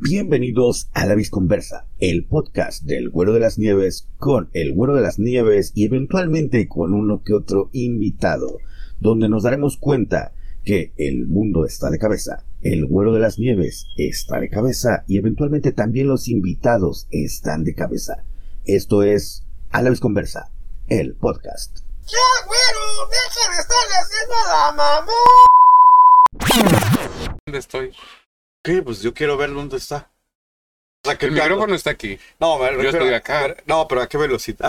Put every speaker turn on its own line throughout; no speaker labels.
Bienvenidos a La Visconversa, el podcast del Güero de las Nieves con el Güero de las Nieves y eventualmente con uno que otro invitado, donde nos daremos cuenta que el mundo está de cabeza, el Güero de las Nieves está de cabeza y eventualmente también los invitados están de cabeza. Esto es A la Visconversa, el podcast.
¡Ya, güero! ¡Deja de estarle haciendo a la mamá!
¿Dónde estoy?
¿Qué? Pues yo quiero ver dónde está. O sea, que
El micrófono está aquí.
No, me refiero
estoy
a-
acá.
pero- no, pero ¿a qué velocidad? ¿A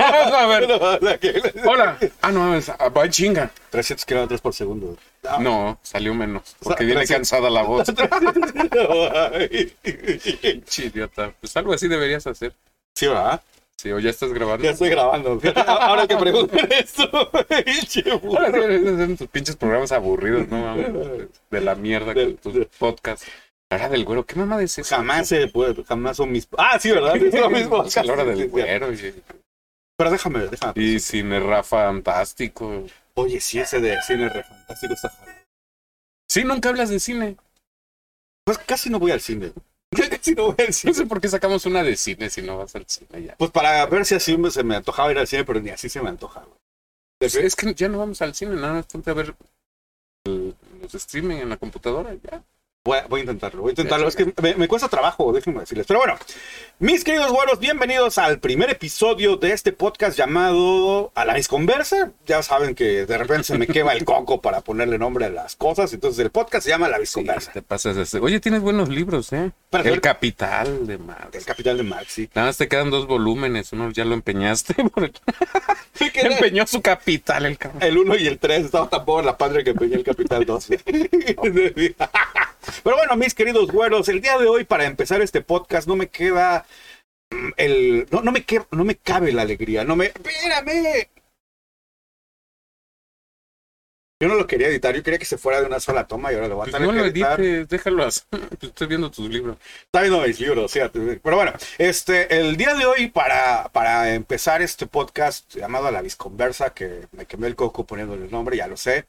a ver.
No, ¿a qué velocidad?
Hola. Ah, no, es, ah, va en chinga.
300 kilómetros por segundo.
No, salió menos. Porque
Sa-
viene
gracias.
cansada la voz.
Ay.
Pinche Idiota. Pues algo así deberías hacer.
sí, ¿verdad?
Sí, o ya estás grabando.
Ya estoy grabando. Ahora que pregunto esto. pinche burro.
Ahora sí, esos son tus pinches programas aburridos, no mames. De la mierda
Del-
con tus
del-
podcasts. La hora del güero, ¿qué mamá es eso?
Jamás se puede, jamás son mis. Ah, sí, ¿verdad? Es lo mismo.
Es la hora del güero. Y,
Pero déjame, ver, déjame.
y cine Rafa fantástico.
Oye, sí, ese de cine re fantástico está jalado.
Sí, nunca hablas de cine.
Pues casi no voy al cine. Casi no voy al
No
cine.
sé por qué sacamos una de cine si no vas al cine ya.
Pues para ver si así me- se me antojaba ir al cine, pero ni así se me antojaba.
Pues es que ya no vamos al cine, nada más ponte a ver el- los streaming en la computadora. Ya.
Voy a, voy a intentarlo, voy a intentarlo. Es que me, me cuesta trabajo, déjenme decirles. Pero bueno, mis queridos güeros, bienvenidos al primer episodio de este podcast llamado A la Visconversa. Ya saben que de repente se me quema el coco para ponerle nombre a las cosas. Entonces el podcast se llama La Visconversa.
Te pasas ese- Oye, tienes buenos libros, ¿eh?
Pero-
el Capital de madre.
El capital de Maxi.
Nada más te quedan dos volúmenes, uno ya lo empeñaste. por el- Empeñó su capital el cabrón.
El 1 y el 3 estaba tan pobre la padre que empeñó el Capital 2. Pero bueno, mis queridos güeros, el día de hoy para empezar este podcast no me queda mm, el no, no me que- no me cabe la alegría, no me espérame. Yo no lo quería editar, yo quería que se fuera de una sola toma y ahora lo voy a
Pues
tener
no
que
lo
editar.
edites, déjalo así. Estoy viendo tus libros.
Está viendo mis libros, sí, Pero bueno, este, el día de hoy para, para empezar este podcast llamado La Visconversa, que me quemé el coco poniéndole el nombre, ya lo sé.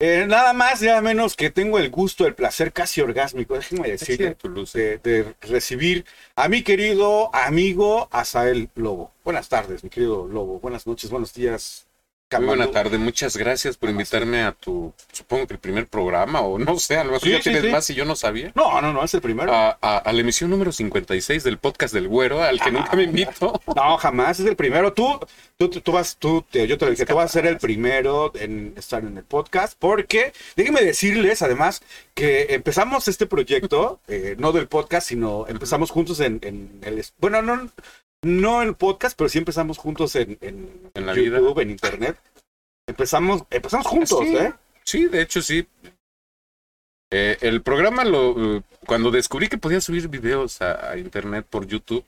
Eh, nada más, nada menos que tengo el gusto, el placer casi orgásmico, déjenme
Sí,
decir,
tu luz.
de, de recibir a mi querido amigo Asael Lobo. Buenas tardes, mi querido Lobo. Buenas noches, buenos días.
Muy buena
Kamandú.
tarde, muchas gracias por invitarme a tu, supongo que el primer programa, o no sé, a lo mejor
Sí,
ya
sí,
tienes
sí.
más y yo no sabía.
No, no, no, es el primero.
A, a- a la emisión número 56 del podcast del Güero, al que nunca me invito.
No, jamás, es el primero. Tú, tú, tú, tú vas, tú, te- yo te lo dije, tú vas a ser el primero en estar en el podcast, porque déjenme decirles, además, que empezamos este proyecto, eh, no del podcast, sino empezamos juntos en, en el, es- bueno, no, no en podcast, pero sí empezamos juntos en, en,
En la Ah,
YouTube, en internet. Empezamos, empezamos juntos,
Sí.
¿eh?
Sí, de hecho sí. Eh, el programa lo eh, cuando descubrí que podía subir videos a, a internet por YouTube,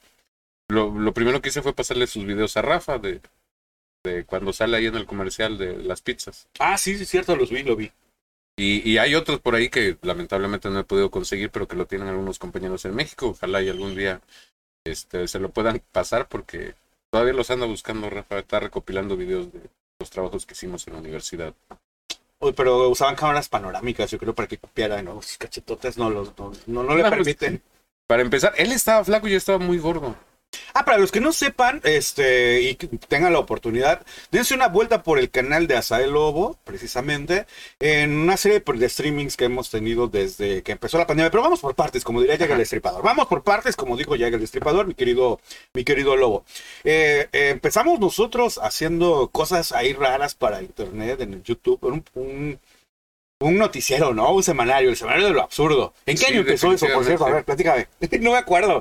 lo, lo primero que hice fue pasarle sus videos a Rafa de, de cuando sale ahí en el comercial de las pizzas.
Ah, sí, sí, es cierto, los vi, lo vi.
Y, y hay otros por ahí que lamentablemente no he podido conseguir, pero que lo tienen algunos compañeros en México. Ojalá y algún día este, se lo puedan pasar porque todavía los anda buscando Rafa. Está recopilando videos de los trabajos que hicimos en la universidad.
Uy, Pero usaban cámaras panorámicas, yo creo, para que copiaran, ¿no? Sus cachetotes no, los, no, no, no le
No, pues,
permiten.
Para empezar, él estaba flaco y yo estaba muy gordo.
Ah, para los que no sepan, este, y que tengan la oportunidad, dense una vuelta por el canal de Azael Lobo, precisamente, en una serie de, de streamings que hemos tenido desde que empezó la pandemia. Pero vamos por partes, como diría Jack el Destripador. Vamos por partes, como dijo Jack el Destripador, mi querido, mi querido Lobo. Eh, eh, empezamos nosotros haciendo cosas ahí raras para internet, en el YouTube, un, un, un noticiero, ¿no? Un semanario, el semanario de lo absurdo. ¿En qué
Sí,
año empezó eso, por cierto? A ver, platícame. no me acuerdo.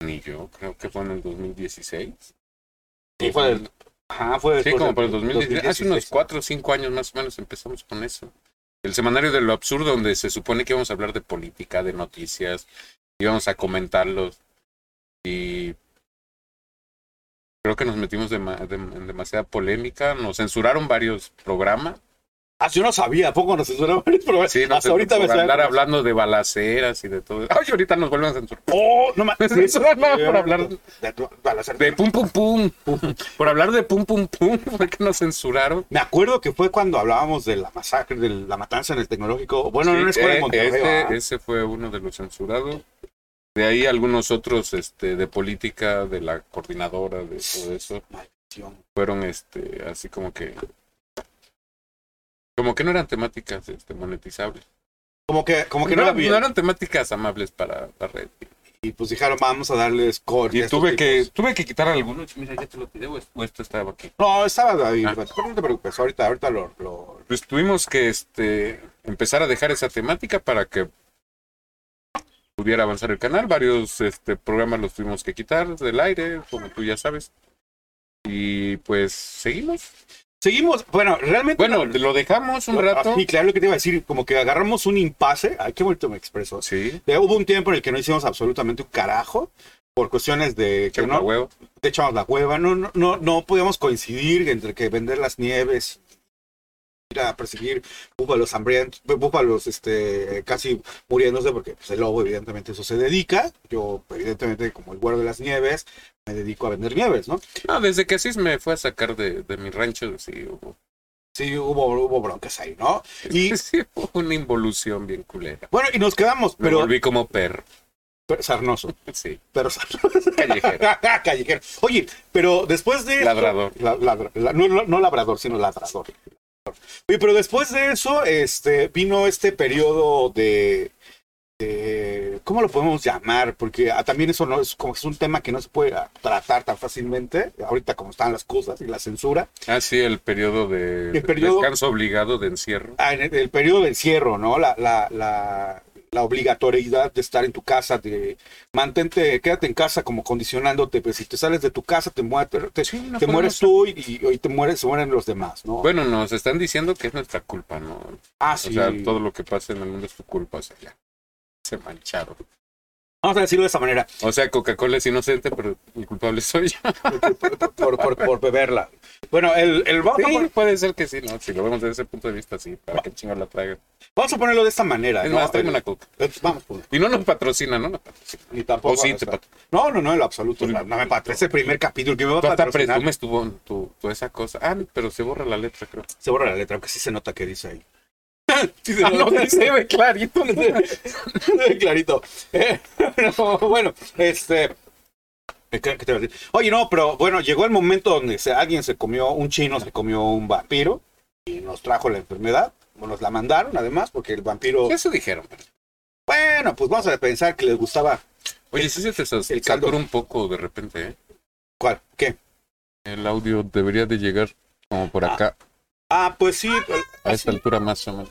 Ni yo, creo que fue en el 2016.
Sí, fue del- Ajá, fue
Sí,
después
como
del-
para el 2016. Hace
2016.
unos 4 o 5 años más o menos empezamos con eso. El semanario de lo absurdo, donde se supone que íbamos a hablar de política, de noticias, íbamos a comentarlos. Y creo que nos metimos dema- de- en demasiada polémica. Nos censuraron varios programas.
Ah, yo no sabía, ¿a poco nos censuraron varios programas?
Sí, nos
Hasta ahorita me
por andar
sale-
hablando de balaceras y de todo. Ay, ahorita nos vuelven a censurar.
Oh, no ma-
Me censuraron nada por
Eh,
hablar
de- de- Balazar.
de pum pum pum. Por hablar de pum pum pum, fue que nos censuraron.
Me acuerdo que fue cuando hablábamos de la masacre, de la matanza en el tecnológico. Bueno, en una
Sí,
escuela
eh,
en Monterrey. ah,
ese,
¿verdad?
ese fue uno de los censurados. De ahí algunos otros este, de política, de la coordinadora, de todo eso, fueron este, así como que... Como que no eran temáticas este, monetizables.
Como que, como que no,
no,
la
no
vi.
eran temáticas amables para la red.
Y pues dijeron, vamos a darles corte. a
Y
estos
tuve que,
tipos.
tuve que quitar algunos. Mira, ya te lo tiré, o es- o esto estaba aquí.
No, estaba ahí. pues,
Ah.
pero No te preocupes, ahorita, ahorita lo. lo-
pues tuvimos que este, empezar a dejar esa temática para que pudiera avanzar el canal. Varios este, programas los tuvimos que quitar del aire, como tú ya sabes. Y pues seguimos.
Seguimos. Bueno, realmente.
Bueno, lo dejamos un rato.
Y claro, lo que te iba a decir, como que agarramos un impasse. Ay, qué bonito me expreso.
Sí,
Eh, Hubo un tiempo en el que no hicimos absolutamente un carajo por cuestiones de que
que
no,
huevo.
te echamos la hueva, no, no, no, no podíamos coincidir entre que vender las nieves, ir a perseguir búfalos hambrientos, bú- búfalos este, casi muriéndose, porque pues, el lobo evidentemente eso se dedica, yo evidentemente como el guardo de las nieves, me dedico a vender nieves, ¿no?
No, desde que así me fue a sacar de, de mi rancho, sí hubo,
Sí, hubo, hubo broncas ahí, ¿no? Y
sí, hubo una involución bien culera.
bueno, y nos quedamos,
Me
pero,
volví como perro.
pero sarnoso,
Sí,
pero sarnoso.
callejero.
Callejero. Oye, pero después de... esto-
Labrador.
La- ladra- la- no, no- no labrador, sino ladrador. Oye, pero después de eso, este, vino este periodo de, de- ¿Cómo lo podemos llamar? Porque ah, también eso no es como que es un tema que no se puede ah, tratar tan fácilmente, ahorita como están las cosas y la censura.
Ah, sí, el periodo de
El periodo-
descanso obligado de encierro.
Ah, en el, el periodo de encierro, ¿no? La, la, la, la obligatoriedad de estar en tu casa, de mantente, quédate en casa como condicionándote, pues si te sales de tu casa te, mueres, te, te-
Sí, no
te
podemos-
mueres tú y, y- y te mueres, se mueren los demás, ¿no?
Bueno, nos están diciendo que es nuestra culpa, ¿no?
ah,
O
sí.
sea, todo lo que pasa en el mundo es tu culpa, o sea, ya. Se mancharon.
Vamos a decirlo de esa manera,
O sea, Coca-Cola es inocente, pero el culpable soy yo.
por, por- por- por beberla. Bueno, el, el- vamos, a
Sí,
poner-
puede ser que sí, ¿no? Si lo vemos desde ese punto de vista, sí. ¿Para qué chingo la traigan?
vamos a ponerlo de esta manera.
Es
¿no?
más, tráeme una Coca.
Eh, Vamos, pues,
Y no nos patrocina, ¿no? nos patrocina.
ni tampoco.
O sí,
o
te
sea,
pat-
no, no, no, en lo absoluto. No, no me patrocina. Es el primer capítulo que me va a
Tú hasta
patrocinar.
presumes tu, bon- tu, tu esa cosa. Ah, pero se borra la letra, creo.
Se borra la letra, aunque sí se nota que dice ahí. Sí se
Ah, no,
nota.
sí se ve clarito.
Clarito. Eh, no, bueno, este. ¿qué- qué te iba a decir? Oye, no, pero bueno, llegó el momento donde se- alguien se comió, un chino se comió un vampiro y nos trajo la enfermedad. O nos la mandaron, además, porque el vampiro.
Eso dijeron. pero-
Bueno, pues vamos a pensar que les gustaba.
Oye, sí se te sa-
el caldo.
satura un poco de repente, ¿eh?
¿Cuál? ¿Qué?
El audio debería de llegar como por acá,
Ah, pues sí. eh,
a esta altura más o menos.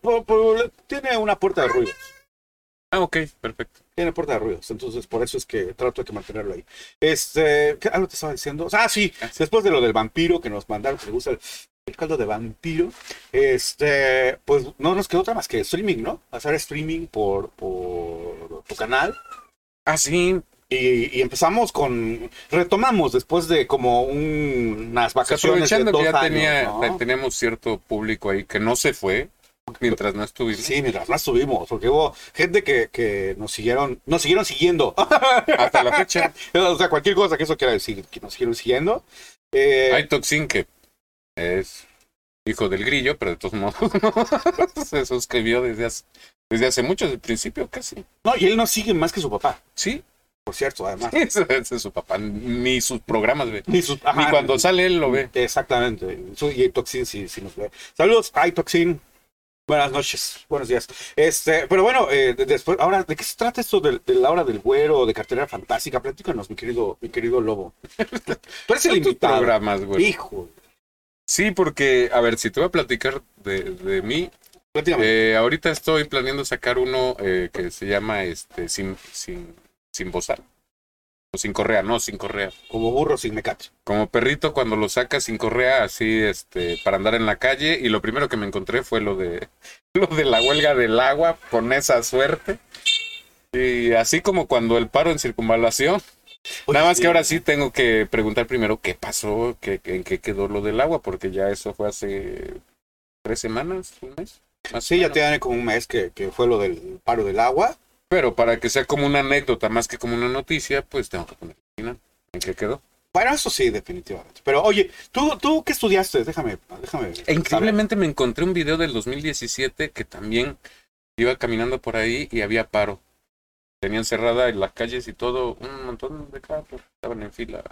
po- po- Tiene una puerta de ruido.
Ah, ok, perfecto.
Tiene puerta de ruidos, entonces por eso es que trato de que mantenerlo ahí. Este, ¿qué, ¿Algo te estaba diciendo? Ah, sí, después de lo del vampiro que nos mandaron, que le gusta el, el caldo de vampiro, este, pues no nos quedó otra más que streaming, ¿no? Hacer streaming por, por tu canal.
Ah, sí,
Y, y empezamos con, retomamos después de como un-
O
unas
sea,
vacaciones. de
pues aprovechando
dos
que ya
años,
tenía,
¿no?
te- teníamos cierto público ahí que no se fue mientras no estuvimos.
Sí, mientras más subimos, porque hubo gente que, que nos siguieron, nos siguieron siguiendo.
Hasta la fecha.
o sea, cualquier cosa que eso quiera decir, que nos siguieron siguiendo. Eh,
Hay Toxin que es hijo del grillo, pero de todos modos se suscribió desde hace, desde hace mucho, desde el principio casi.
no, y él nos sigue más que su papá,
Sí,
por cierto, además.
ese ese es su papá. Ni sus programas ve.
Ni, sus-
Ni
ajá,
cuando sale él lo ve.
Exactamente. Su- Y Toxin sí, sí nos ve. Saludos, ay Toxin. Buenas noches, buenos días. Este, pero bueno, eh, de- después, ahora, ¿de qué se trata esto de, de la hora del güero, de cartera fantástica? Platícanos, mi querido, mi querido lobo. Tú eres el
Son tus
invitado.
programas, güey.
Hijo,
Sí, porque, a ver, si te voy a platicar de, de mí,
platícame.
eh, ahorita estoy planeando sacar uno eh, que se llama este sin, sin, sin bozal. O sin correa, no, sin correa.
Como burro sin mecate.
Como perrito cuando lo sacas sin correa así este para andar en la calle y lo primero que me encontré fue lo de lo de la huelga del agua con esa suerte. Y así como cuando el paro en circunvalación, nada más que ahora sí tengo que preguntar primero qué pasó, qué, qué- en qué quedó lo del agua, porque ya eso fue hace tres semanas, un mes. más o
Sí, ya
menos.
tiene como un mes que, que fue lo del paro del agua.
Pero para que sea como una anécdota más que como una noticia, pues tengo que poner final en qué quedó.
Bueno, eso sí, definitivamente. Pero oye, ¿tú, tú qué estudiaste? Déjame, déjame.
E increíblemente me encontré un video del 2017 que también iba caminando por ahí y había paro. tenían cerrada en las calles y todo, un montón de carros estaban en fila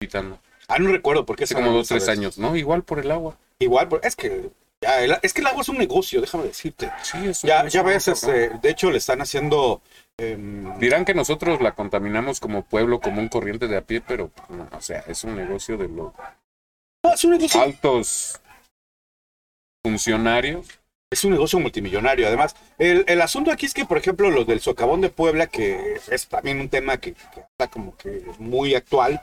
gritando.
Ah, no recuerdo porque
Hace como dos, tres años, ¿no? Igual por el agua.
Igual, por- es que ya, el- es que el agua es un negocio, déjame decirte.
Sí, es un
Ya,
negocio
ya ves,
muy cabrón.
este, de hecho le están haciendo em,
Dirán que nosotros la contaminamos como pueblo, como un corriente de a pie, pero, pues, no, o sea, es un negocio de los
no, es un negocio,
altos funcionarios.
es un negocio multimillonario. Además, el, el asunto aquí es que, por ejemplo, lo del socavón de Puebla, que es también un tema que, que está como que muy actual,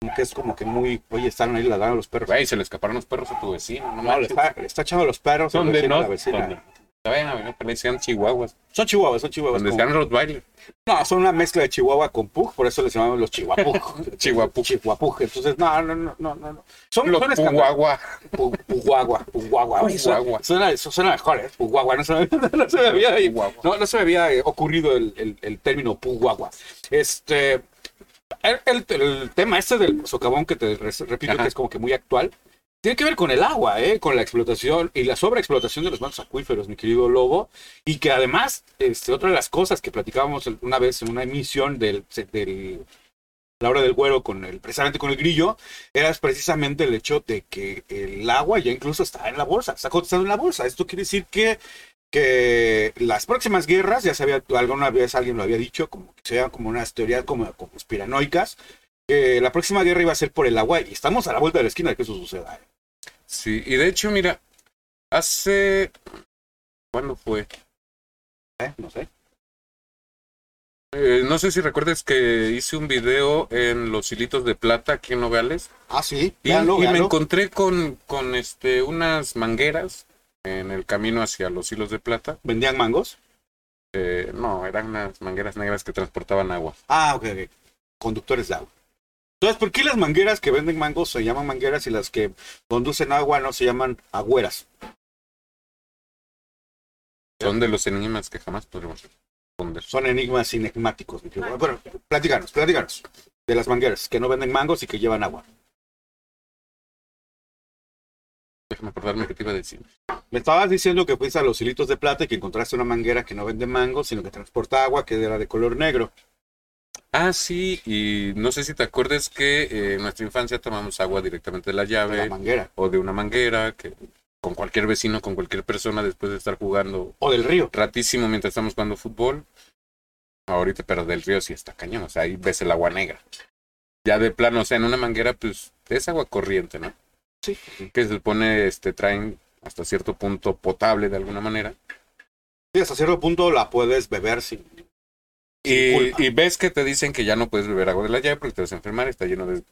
como que es como que muy, oye, están ahí ladrando los perros.
Güey, se le escaparon los perros a tu vecino, no
No, le
manches.
está, le está echando los perros. el
Donde
vecino,
no,
la vecina.
donde se vayan a venir, pero ahí sean chihuahuas,
Son chihuahuas, son chihuahuas.
donde
como-
sean Rottweiler.
No, son una mezcla de Chihuahua con Pug, por eso les llamamos los Chihuapug.
Chihuapug.
Chihuapug. Entonces, no, no, no, no, no. no. Son,
Los
son escandalosos.
Puhuahua.
Pu- Puguagua, Puguagua. Oye, suena-
Puguagua.
Suena, su- suena mejor, ¿eh? Puguagua. No se me, no se me había,
Puguagua.
no, no se me había, eh, ocurrido el, el- el término Puguagua. Este, el, el- el tema este del socavón que te res- repito
Ajá.
que es como que muy actual, tiene que ver con el agua, ¿eh? con la explotación y la sobreexplotación de los mantos acuíferos, mi querido Lobo. Y que además, este, otra de las cosas que platicábamos el- una vez en una emisión del, del la hora del güero con el, precisamente con el grillo, era precisamente el hecho de que el agua ya incluso está en la bolsa, está cotizando en la bolsa. Esto quiere decir que, que las próximas guerras, ya sabía, alguna vez alguien lo había dicho, como que sean como unas teorías como, como conspiranoicas, que la próxima guerra iba a ser por el agua y estamos a la vuelta de la esquina de que eso suceda. ¿eh?
Sí, y de hecho, mira, hace. ¿Cuándo fue?
¿Eh? No sé.
Eh, no sé si recuerdes que hice un video en Los Hilitos de Plata aquí en Nogales.
Ah, sí.
Y,
véanlo,
y me
véanlo.
encontré con, con este, unas mangueras en el camino hacia Los Hilos de Plata.
¿Vendían mangos?
Eh, no, eran unas mangueras negras que transportaban agua.
Ah, ok, ok. Conductores de agua. Entonces, ¿por qué las mangueras que venden mangos se llaman mangueras y las que conducen agua no se llaman agüeras?
Son de los enigmas que jamás podremos responder.
Son enigmas enigmáticos. mi querido. Bueno, platícanos, platícanos. De las mangueras que no venden mangos y que llevan agua.
Déjame acordarme que te iba a decir.
Me estabas diciendo que fuiste a los hilitos de plata y que encontraste una manguera que no vende mangos, sino que transporta agua, que era de color negro.
Ah, sí, y no sé si te acuerdas que eh, en nuestra infancia tomamos agua directamente de la
de la
llave
manguera.
o de una manguera, que con cualquier vecino, con cualquier persona, después de estar jugando
O del río.
ratísimo mientras estamos jugando fútbol. Ahorita, pero del río sí está cañón, o sea, ahí ves el agua negra. Ya de plano, o sea, en una manguera, pues es agua corriente, ¿no?
Sí.
Que se supone, este, traen hasta cierto punto potable de alguna manera.
Y hasta cierto punto la puedes beber sin. Sin culpa.
Eh, Y, y ves que te dicen que ya no puedes beber agua de la llave porque te vas a enfermar, está lleno de...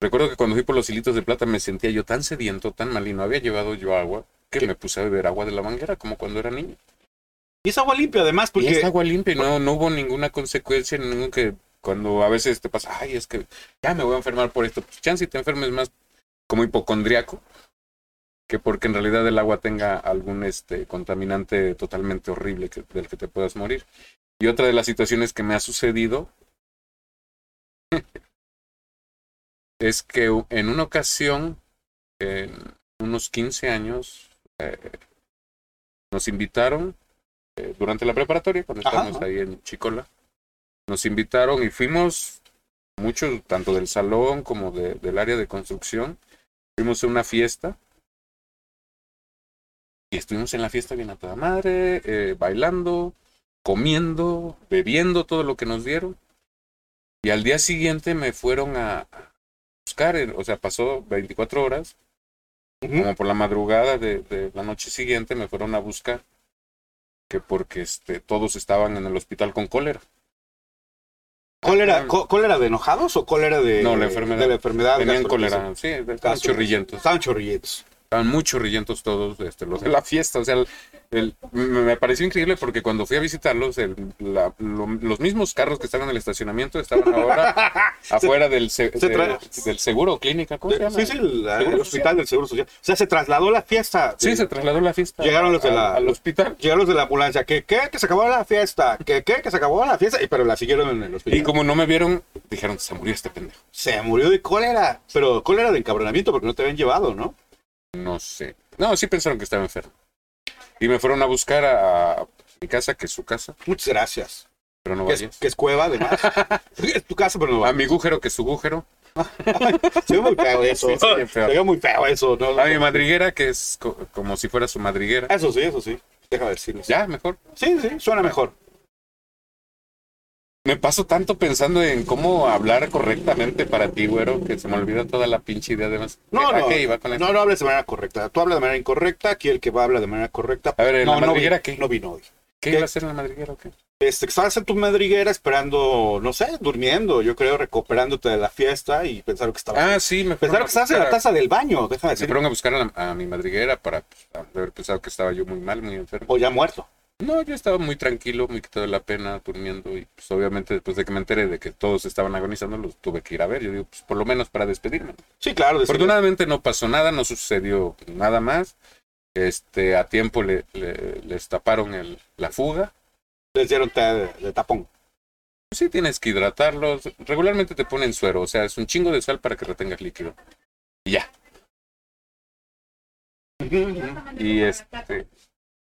Recuerdo que cuando fui por los hilitos de plata me sentía yo tan sediento, tan mal y no había llevado yo agua que me puse a beber agua de la manguera como cuando era niño.
Y es agua limpia además, porque.
Y es agua limpia y no, no hubo ninguna consecuencia, ningún que cuando a veces te pasa, ay, es que ya me voy a enfermar por esto. Pues chance y te enfermes más como hipocondriaco que porque en realidad el agua tenga algún este contaminante totalmente horrible que- del que te puedas morir. Y otra de las situaciones que me ha sucedido es que u- en una ocasión, en unos 15 años, eh, nos invitaron eh, durante la preparatoria, cuando
Ajá.
estábamos ahí en Chicola, nos invitaron y fuimos muchos, tanto del salón como de- del área de construcción, fuimos a una fiesta. Y estuvimos en la fiesta bien a toda madre, eh, bailando, comiendo, bebiendo todo lo que nos dieron. Y al día siguiente me fueron a buscar, eh, o sea, pasó 24 horas,
Ujú.
como por la madrugada de, de la noche siguiente me fueron a buscar, que porque este, todos estaban en el hospital con cólera.
¿Cólera, có- ¿Cólera de enojados o cólera de.?
No, la enfermedad.
Ah, De Ah, la enfermedad
Tenían
gastrointestinal?
cólera, sí, estaban
Gastro-
chorrillentos.
Estaban chorrillentos.
Estaban muy chorrillentos todos, este, los de la fiesta. O sea, el- el- me, me pareció increíble porque cuando fui a visitarlos, el- la- lo- los mismos carros que estaban en el estacionamiento estaban ahora afuera del, se-
se
de-
tra-
del seguro clínica. ¿Cómo se llama?
Sí, sí, el, el
Seguro
hospital del Seguro Social. O sea, se trasladó la fiesta.
Sí, se trasladó la fiesta.
Llegaron los de
al-
la-
al hospital.
Llegaron los de la ambulancia. ¿Qué, qué? Que se acabó la fiesta. ¿Qué, qué? Que se acabó la fiesta. Y, pero la siguieron en el hospital.
Y como no me vieron, dijeron, se murió este pendejo.
Se murió de cólera. Pero cólera de encabronamiento porque no te habían llevado, ¿no?
No sé. No, sí pensaron que estaba enfermo. Y me fueron a buscar a, a mi casa, que es su casa.
Muchas gracias.
pero no
Que es,
vayas.
que es cueva, además. es tu casa, pero no
A
va.
mi agujero que su agujero.
Se ve muy feo eso.
Sí, sí, bien
Se
feo.
ve muy feo eso. ¿no?
A mi madriguera que es co- como si fuera su madriguera.
Eso sí, eso sí. Deja decirlo.
Ya, mejor.
Sí, sí, suena mejor.
Me paso tanto pensando en cómo hablar correctamente para ti, güero, que se me olvida toda la pinche idea de más.
No,
¿A
no.
qué iba con eso?
No, no hables de manera correcta. Tú hablas de manera incorrecta. Aquí el que va habla de manera correcta.
A ver, ¿en
no,
la
no,
madriguera
vino-
qué?
no vino hoy.
¿Qué iba a hacer en la madriguera o qué?
Este, estabas en tu madriguera esperando, no sé, durmiendo, yo creo, recuperándote de la fiesta y pensaron que estabas.
Ah, sí, me fueron
pensaron
a
que estabas en la
buscar a-
taza del baño, deja de
Me
decir.
fueron a buscar a, la- a mi madriguera para pues, haber pensado que estaba yo muy mal, muy enfermo.
O ya muerto.
No, yo estaba muy tranquilo, muy quitado de la pena, durmiendo y pues obviamente después de que me enteré de que todos estaban agonizando, los tuve que ir a ver. Yo digo, pues por lo menos para despedirme.
Sí, claro. de-
Afortunadamente no pasó nada, no sucedió nada más. Este, a tiempo le, le- les taparon el, la fuga.
Les dieron té de, de tapón.
Sí tienes que hidratarlos. Regularmente te ponen suero, o sea, es un chingo de sal para que retengas líquido. Y ya. Y este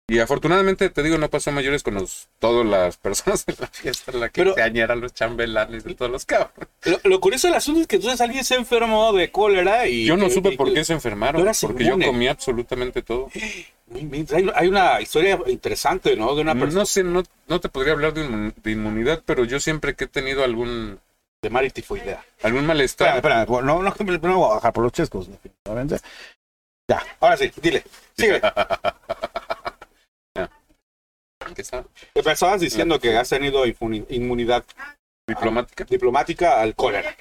y afortunadamente te digo no pasó a mayores con los, todas las personas en la fiesta, la
Pero-
quinceañera, los chambelanes, de todos los cabros.
Lo, lo curioso del asunto es que entonces alguien se enfermó de cólera y.
Yo no
y-
supe
y-
por qué se enfermaron,
no era
porque yo
inmune.
comía absolutamente todo.
No inventes, Hay, hay una historia interesante, ¿no? De una persona
No sé, no, no te podría hablar de, inmun- de inmunidad, pero yo siempre que he tenido algún
de mar y tifoidea.
algún
Espera,
malestar,
espera, no, no, no voy a bajar por los chescos, definitivamente. Ya, ahora sí, dile, sigue.
que está
Empezabas diciendo que has tenido infuni- inmunidad
diplomática,
diplomática al cólera.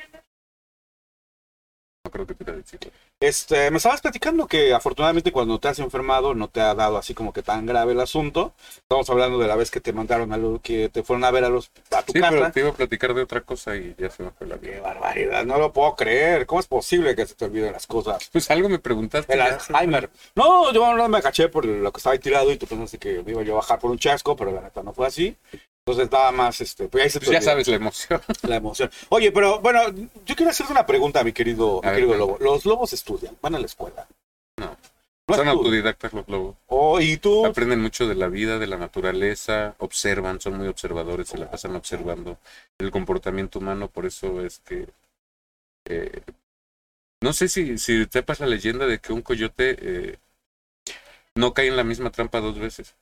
no creo que te lo decir.
Este, me estabas platicando que afortunadamente cuando te has enfermado no te ha dado así como que tan grave el asunto. Estamos hablando de la vez que te mandaron a lo que te fueron a ver a los a tu
Sí,
casa.
pero te iba a platicar de otra cosa y ya se me fue la vida.
Qué barbaridad, no lo puedo creer. ¿Cómo es posible que se te olviden las cosas?
Pues algo me preguntaste.
El
ya.
Alzheimer. No, yo no me caché por lo que estaba ahí tirado y tú pensaste que me iba yo a bajar por un chasco, pero la neta no fue así. Entonces nada más, este, pues ahí se te
Pues ya
olvidó
sabes la emoción.
la emoción. Oye, pero bueno, yo quiero hacerte una pregunta, mi querido, mi
A ver,
querido
¿qué?
lobo. Los lobos estudian, van a la escuela.
No.
No
Son
estudian.
autodidactas los lobos.
Oh, y tú,
Aprenden mucho de la vida, de la naturaleza, observan, son muy observadores, se la pasan observando el comportamiento humano, por eso es que... eh, no sé si, si sepas la leyenda de que un coyote eh, no cae en la misma trampa dos veces.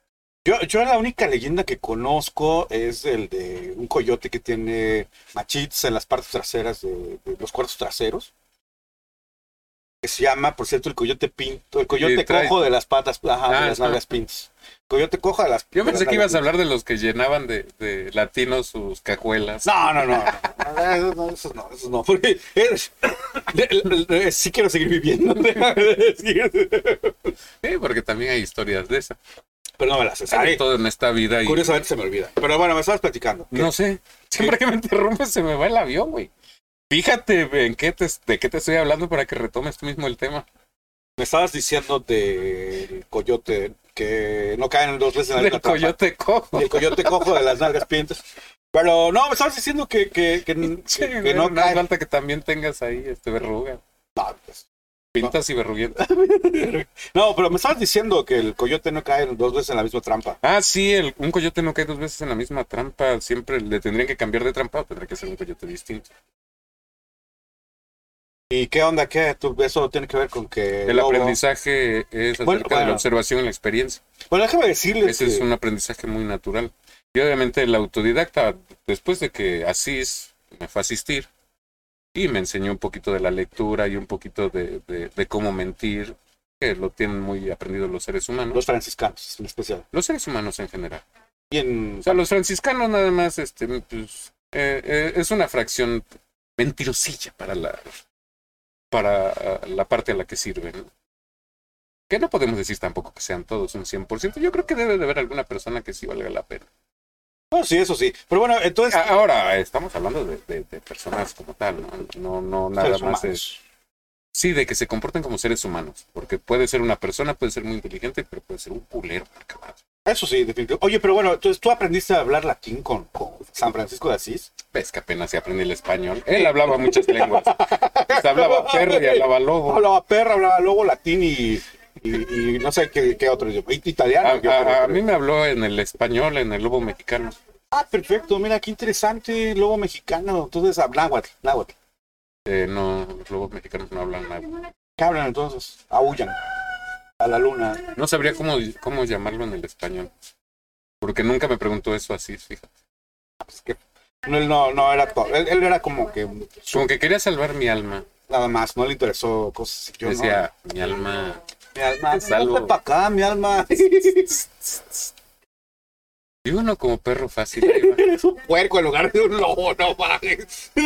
Yo, yo la única leyenda que conozco es el de un coyote que tiene machitos en las partes traseras de, de los cuartos traseros. Que se llama, por cierto, el coyote pinto, el coyote
Sí, trae-
cojo de las patas, ajá,
Ah,
de las
ajá.
nalgas pintas. Coyote cojo de las
Yo
de
pensé
las
que ibas a
nalgas
hablar de los que llenaban de, de latinos sus cajuelas.
pintas. No, no, no. no, no, no, Esos no, esos no. Porque eres- sí quiero seguir viviendo. déjame decir.
Sí, porque también hay historias de esas.
Pero no me las sé.
Hay
Ay,
de todo en esta vida y...
Curiosamente se me olvida. Pero bueno, me estabas platicando.
No sé. Siempre que me interrumpes se me va el avión, güey. Fíjate en qué te, de qué te estoy hablando para que retomes tú mismo el tema.
Me estabas diciendo del coyote que no caen dos veces en la
Del
misma trampa.
coyote cojo.
Del coyote cojo de las nalgas pintas. Pero no, me estabas diciendo que, que, que, que-
Sí,
que
güey,
no
no hace
caen.
falta que también tengas ahí este verruga.
No, pues.
Pintas y verruguientas.
No, pero me estabas diciendo que el coyote no cae dos veces en la misma trampa.
Ah, sí, el- un coyote no cae dos veces en la misma trampa. Siempre le tendrían que cambiar de trampa o tendría que ser un coyote distinto.
¿Y qué onda? ¿Qué? Tú- eso tiene que ver con que.
El
lobo-
aprendizaje es acerca
Bueno,
de
bueno.
la observación y la experiencia.
Bueno, déjame decirles.
Ese es
que-
un aprendizaje muy natural. Y obviamente el autodidacta, después de que Asís me fue a asistir y me enseñó un poquito de la lectura y un poquito de, de- de cómo mentir, que lo tienen muy aprendido los seres humanos,
Los franciscanos, en especial.
los seres humanos en general.
Y en-
O sea, los franciscanos nada más este, pues, eh, eh, es una fracción mentirosilla para la, para eh, la parte a la que sirven. ¿no? Que no podemos decir tampoco que sean todos un 100%. Yo creo que debe de haber alguna persona que sí valga la pena.
Bueno, sí, eso sí. Pero bueno, entonces.
A- Ahora, estamos hablando de, de- de personas como tal, ¿no? No, no nada
seres
más es...
humanos.
Sí, de que se comporten como seres humanos. Porque puede ser una persona, puede ser muy inteligente, pero puede ser un culero. porque más.
Eso sí, definitivamente. Oye, pero bueno, entonces tú aprendiste a hablar latín con, con San Francisco de Asís.
Ves que apenas se aprende el español. Él hablaba muchas lenguas. Pues hablaba perro y hablaba lobo.
Hablaba perra, hablaba lobo, latín y, y- y no sé qué, qué otro idioma. It- Italiano.
A,
yo
a-
creo,
a
creo.
mí me habló en el español, en el lobo mexicano.
Ah, perfecto, mira, qué interesante, lobo mexicano. Entonces, ah, náhuatl, náhuatl.
Eh, no, los lobos mexicanos no hablan nada.
¿Qué hablan entonces? Aullan. A la luna.
No sabría cómo, cómo llamarlo en el español. Porque nunca me preguntó eso así, fíjate.
Pues que- no, él no, no era todo. Él, él era como que
Como que quería salvar mi alma.
nada más, no le interesó cosas. Yo no.
Decía, mi alma.
mi alma,
es algo-
para acá, mi alma.
Y uno como perro fácil. ahí va.
Eres un puerco en lugar de un lobo, no mames. Tú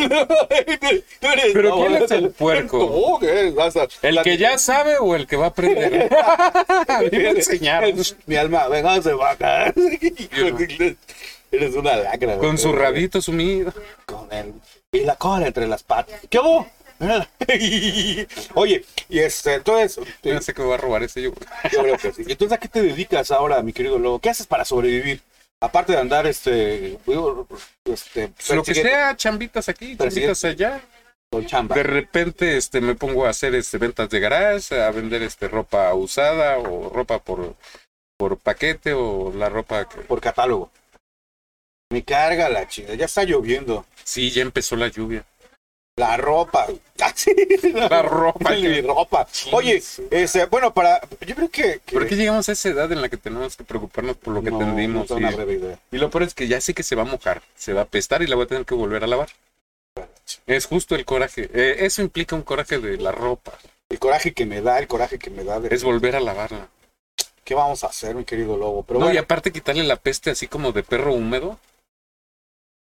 eres
Pero
lobo,
¿quién es
eres
el puerco?
No, que eres, vas a-
¿El
la-
que ya sabe o el que va a aprender? A mí me enseñaron.
Mi alma, venga, se va acá.
no.
Eres una lacra.
Con su
rabito
rabito sumido.
con el, y la cola entre las patas. ¿Qué hubo? Oye, y este, entonces,
No sé qué va a robar ese yo.
yo creo que sí. Y entonces, ¿a qué te dedicas ahora, mi querido lobo? ¿Qué haces para sobrevivir? Aparte de andar, este, digo, este,
Pues lo que
persiguiendo
sea, chambitas aquí, chambitas allá.
con chamba.
De repente este, me pongo a hacer este, ventas de garage, a vender este, ropa usada o ropa por, por paquete o la ropa que...
por catálogo. Me carga la chida, ya está lloviendo.
Sí, ya empezó la lluvia.
La ropa.
La ropa.
Mi ropa. Oye, este, bueno, para. Yo creo que. que-
¿Por qué llegamos a esa edad en la que tenemos que preocuparnos por lo que
no,
tendimos?
no tengo
y-
una breve idea.
Y lo peor es que ya sé que se va a mojar, se va a apestar y la voy a tener que volver a lavar. Es justo el coraje. eh, eso implica un coraje de la ropa.
El coraje que me da, el coraje que me da. de-
Es volver a lavarla.
¿Qué vamos a hacer, mi querido lobo? Pero
no, y
bueno,
aparte quitarle la peste así como de perro húmedo.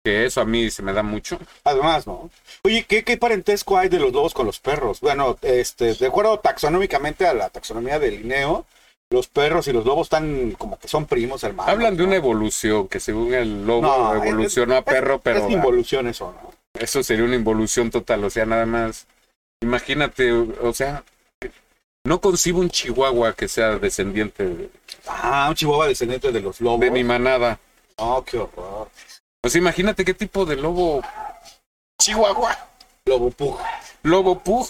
Que eso a mí se me da mucho.
además, ¿no? Oye, ¿qué, qué parentesco hay de los lobos con los perros? Bueno, este, de acuerdo taxonómicamente a la taxonomía del Linneo, los perros y los lobos están como que son primos hermanos.
Hablan de
Ah, ¿no?
una evolución, que según el lobo
No, es-
evolucionó a perro, pero
Es involución eso, ¿no?
eso sería una involución total. O sea, nada más. Imagínate, o sea, no concibo un chihuahua que sea descendiente de-
Ah, un chihuahua descendiente de los lobos.
de mi manada.
Oh, qué horror.
Pues imagínate qué tipo de lobo. Chihuahua.
Lobo pug.
Lobo pug.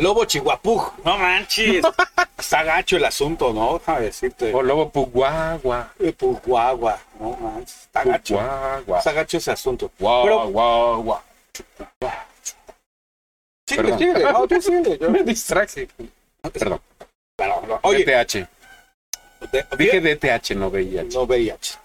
Lobo chihuapug. No manches. Está gacho el asunto, ¿no? Déjame decirte.
O lobo puguagua.
Eh, Pug guagua. No manches. Está gacho.
Puguagua.
Está gacho ese asunto.
Guagua,
Pero-
guagua.
Sí,
Perdón.
sí, no, tú síguele, yo-
Me distraje. Perdón.
Oye,
DTH.
de-
Dije DTH, no VIH.
No VIH.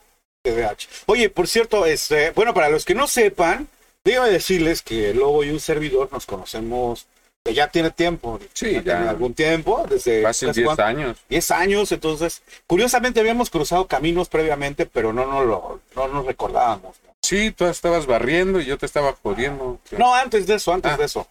VIH. Oye, por cierto, este, bueno, para los que no sepan, déjame decirles que el Lobo y un servidor nos conocemos que ya tiene tiempo.
Sí, ya.
tiene algún tiempo, desde
Hace
¿sabes
10
cuánto?
años.
10 años, entonces, curiosamente habíamos cruzado caminos previamente, pero no nos lo, no nos recordábamos.
Sí, tú estabas barriendo y yo te estaba jodiendo.
No, antes de eso, antes
Ah.
de eso.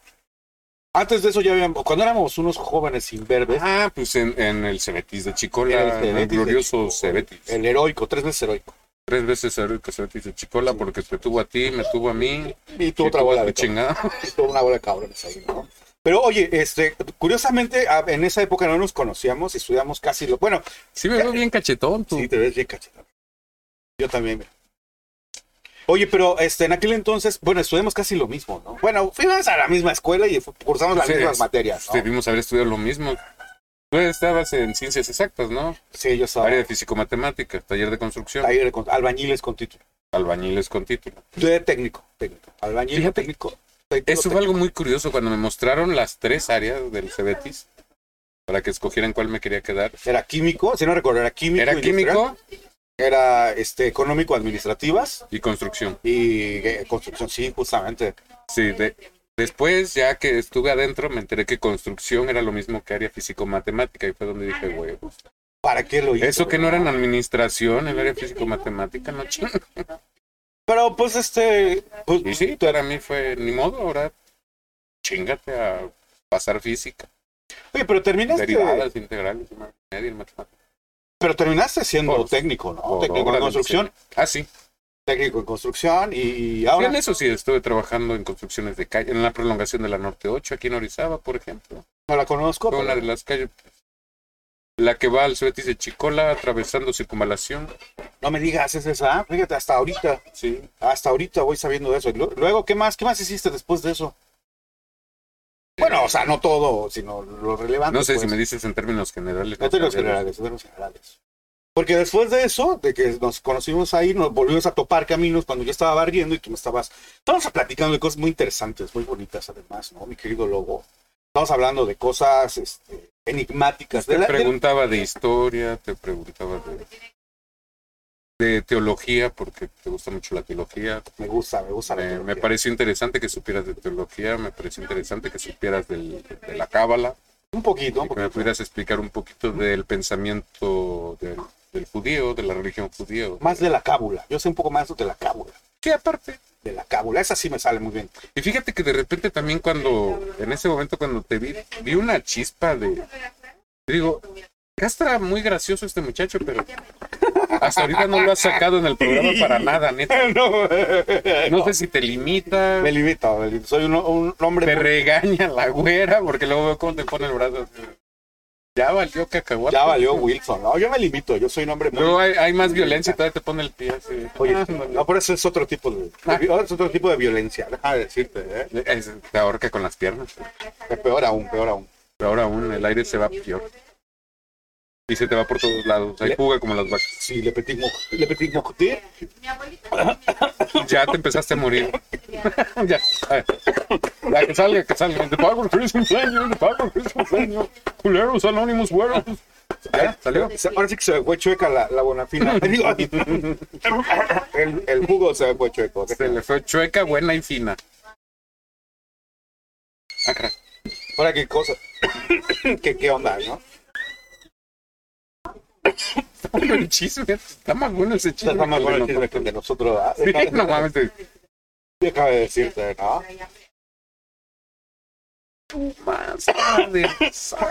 Antes de eso ya habíamos, cuando éramos unos jóvenes imberbes,
Ah, pues en, en el Cebetis de
En el
Chicola, el,
Cebetis de
glorioso
Chicola.
Cebetis.
el heroico, tres veces heroico.
Tres veces el Cebetis de Chicola porque te tuvo a ti, me tuvo a mí.
Y tú
y
otra
tuvo
bola
a
de
tu chingada.
Toda una bola de cabrones ahí, ¿no? Pero oye, este, curiosamente, a- en esa época no nos conocíamos, estudiamos casi lo. Bueno,
Sí, me veo bien cachetón, tú.
sí, te ves bien cachetón. Yo también, mira. Oye, pero este, en aquel entonces, bueno, estudiamos casi lo mismo, ¿no? Bueno, fuimos a la misma escuela y fu- cursamos las
Sí,
mismas
es-
materias, ¿no?
Pues, Debimos haber estudiado lo mismo. Tú estabas en ciencias exactas, ¿no?
Sí, yo estaba
Área de físico-matemáticas, taller de construcción,
ahí de con- albañiles con título.
albañiles con título.
Yo de técnico, técnico. Albañil
Fíjate,
técnico. técnico,
Eso fue algo muy curioso cuando me mostraron las tres áreas del Cebetis para que escogieran cuál me quería quedar.
técnico. Era químico, si no recuerdo, era químico.
Era
industrial,
químico
Era este, económico, administrativas
y construcción.
y eh, construcción, sí, justamente.
Sí, de- después ya que estuve adentro me enteré que construcción era lo mismo que área físico-matemática y fue donde dije, güey, pues
¿Para qué lo hizo?
eso que no era en administración, el área físico-matemática, no ching.
Pero pues este. Pues,
Y sí, para mí fue ni modo, ahora chingate a pasar física.
Oye, pero terminaste.
derivadas integrales y más media en matemáticas.
Pero terminaste siendo
Por-
técnico, ¿no?
por
técnico
obra
en
del
construcción.
Ah, sí.
Técnico en construcción. Y
Sí,
ahora.
en eso sí, estuve trabajando en construcciones de calle, en la prolongación de la Norte 8, aquí en Orizaba, por ejemplo.
No la conozco.
Fue una de
Pero,
las calles, la que va al Cebetis de Chicola, atravesando Circunvalación.
no me digas, es esa. Fíjate, hasta ahorita.
Sí.
Hasta ahorita voy sabiendo de eso. Y lu- Luego, ¿qué más? ¿Qué más hiciste después de eso? Bueno, o sea, no todo, sino lo relevante.
No sé si
pues.
me dices en términos generales.
En términos
sabría
generales, en términos generales. Porque después de eso, de que nos conocimos ahí, nos volvimos a topar caminos cuando yo estaba barriendo y tú me estabas. Estábamos platicando de cosas muy interesantes, muy bonitas además, ¿no? Mi querido Lobo. Estamos hablando de cosas este, enigmáticas.
Te
de la- de-
preguntaba de historia, te preguntaba de, de teología, porque te gusta mucho la teología.
Me gusta, me gusta. la
Me, me
teología.
pareció interesante que supieras de teología, me pareció interesante que supieras del- de la cábala,
Un poquito, un
y que me
poquito.
pudieras explicar un poquito del pensamiento del, del judío, de la religión judío.
Más de la cábula. Yo sé un poco más de la cábula.
Sí, aparte.
De la cábula. Esa sí me sale muy bien.
Y fíjate que de repente también cuando, en ese momento cuando te vi, vi una chispa de... Digo, ya está muy gracioso este muchacho, pero hasta ahorita no lo has sacado en el programa para nada, neta.
no,
No sé si te limita,
Me limito, me limito. Soy un, un hombre.
te regaña la güera, porque luego veo cómo te pone el brazo. así. Ya valió cacahuate.
Ya valió Wilson. No, yo me limito. Yo soy un hombre muy.
Luego hay, hay más violencia y todavía te pone el pie así.
Oye,
Ah,
no, pero eso es otro tipo de, de vi- es otro tipo de violencia, déjame decirte, ¿eh?
es- te ahorca con las piernas.
Es peor aún, peor aún.
Pero ahora aún el aire se va peor. Y se te va por todos lados. Hay fuga como las vacas.
Sí, le petit moj- le petit mojotir.
Ya te empezaste a morir. ya. Ya, que salga, que salga. The Power Chris Ingenio, The Power Chris Ingenio. Culeros, anónimos, güeros. Ya, salió.
Se- Ahora sí que se me fue chueca la, la bonafina. Digo, ay, el, el jugo se me fue chueco. ¿eh?
Se le fue chueca, buena y fina. Ah, caray.
Ahora qué cosa. ¿Qué, qué onda, no?
Pero el chisme. Está más bueno ese chisme.
Está más
que
bueno
el
el chisme que el de nosotros, ¿verdad?
de nosotros.
Déjame-
Sí, no mames. te-
déjame decirte, ¿no?
Más tarde.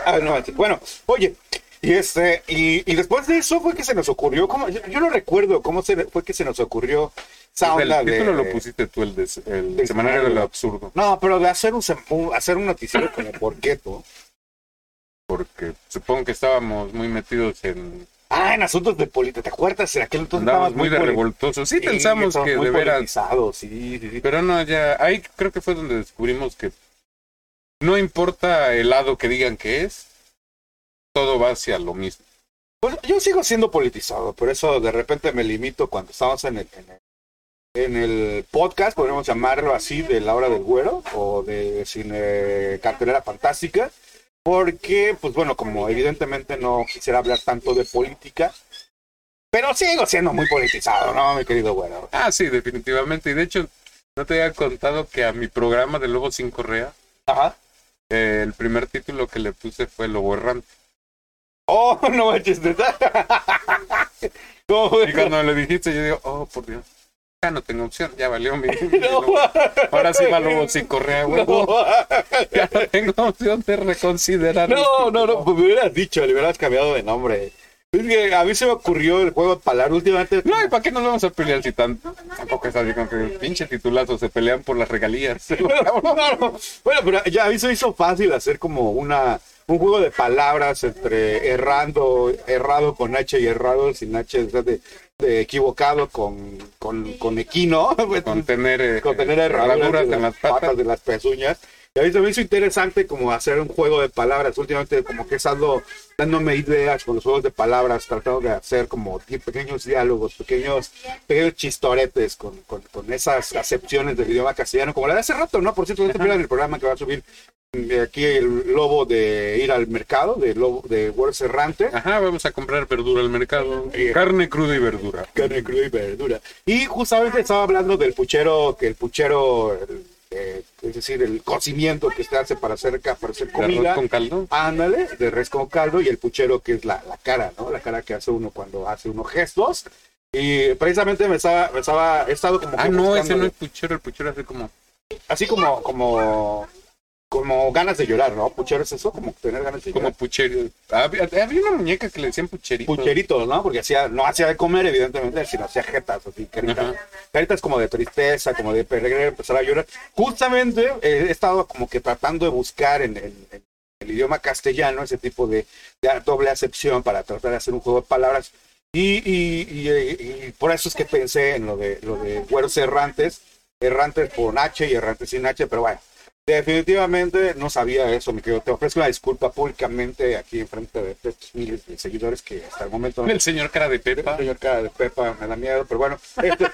Ah, no, así- bueno, oye, y este, y, y después de eso fue que se nos ocurrió, como, yo, yo no recuerdo cómo se, fue que se nos ocurrió esa
El
onda de-
título lo pusiste tú, el, de- el
de-
semanario de lo absurdo.
No, pero de hacer un, sem- un- hacer un noticiero como porqueto.
Porque supongo que estábamos muy metidos en
Ah, en asuntos de política, ¿te acuerdas? En aquel entonces
Andábamos muy de
poli-
revoltosos. Sí, pensamos
estábamos
que
muy
de veras.
politizados, sí, sí, sí.
Pero no, ya. Ahí creo que fue donde descubrimos que no importa el lado que digan que es, todo va hacia lo mismo.
Pues yo sigo siendo politizado, por eso de repente me limito cuando estamos en el, en el, en el podcast, podríamos llamarlo así, de La Hora del Güero o de Cine Cartelera Fantástica, porque, pues bueno, como evidentemente no quisiera hablar tanto de política, pero sigo siendo muy politizado, ¿no, mi querido Güero?
Ah, sí, definitivamente. Y de hecho, no te había contado que a mi programa de Lobo sin Correa,
Ajá.
eh, el primer título que le puse fue Lobo Errante.
Oh, no manches, neta. ¿Cómo
Y
fue?
cuando me lo dijiste, yo digo, oh, por Dios. Ya no tengo opción, ya valió mi. mi
No.
Lobo. Ahora sí va Lobo sin Correa, güey.
No.
Ya no tengo opción de reconsiderar. mi
No, no, no,
título.
pues me hubieras dicho, le hubieras cambiado de nombre. Es que a mí se me ocurrió el juego de palabras últimamente.
No, ¿y para qué nos vamos a pelear si tan, tampoco es así como que pinche titulazo se pelean por las regalías?
No, no, no. Bueno, pero ya a mí se me hizo fácil hacer como una un juego de palabras entre errando, errado con H y errado sin H, o sea, de, de equivocado con, con, con equino, pues,
Con tener, eh,
con tener
herraduras
herraduras
en las patas.
de las pezuñas. Y a mí se me hizo interesante como hacer un juego de palabras. Últimamente como que he estado dándome ideas con los juegos de palabras, tratando de hacer como di- pequeños diálogos, pequeños, pequeños chistoretes con, con- con esas acepciones del idioma castellano, como la de hace rato, ¿no? Por cierto, no te pierdas el programa que va a subir mm, aquí el lobo de ir al mercado, de lobo de World Errante.
Ajá, vamos a comprar verdura al mercado.
Sí.
Carne cruda y verdura.
carne cruda y verdura. Y
Ah.
justamente estaba hablando del puchero, que el puchero, el, eh, es decir, el cocimiento que se hace para hacer, ca- para hacer
De arroz
comida.
con caldo.
Ándale, de res con caldo y el puchero que es la, la cara, ¿no? La cara que hace uno cuando hace unos gestos. Y precisamente me estaba, me estaba, he estado como...
Ah,
que
no, ese no
buscándole
es puchero, el puchero hace como...
así como, como, como ganas de llorar, ¿no? Puchero es eso, como tener ganas de llorar.
como puchero. Había, había una muñeca que le decían pucherito.
pucheritos, ¿no? Porque hacía, no hacía de comer, evidentemente, sino hacía jetas, así, caritas,
Ajá.
caritas como de tristeza, como de perder, empezar a llorar. Justamente eh, he estado como que tratando de buscar en, en- en el idioma castellano ese tipo de, de doble acepción para tratar de hacer un juego de palabras. Y, y- y, eh, y por eso es que pensé en lo de, lo de güeros errantes, errantes con H y errantes sin H, pero bueno. Definitivamente no sabía eso, me quedo. Te ofrezco una disculpa públicamente aquí enfrente de estos miles de seguidores que hasta el momento
El señor cara de
el
Pepa.
señor cara de Pepa me da miedo, pero bueno, este,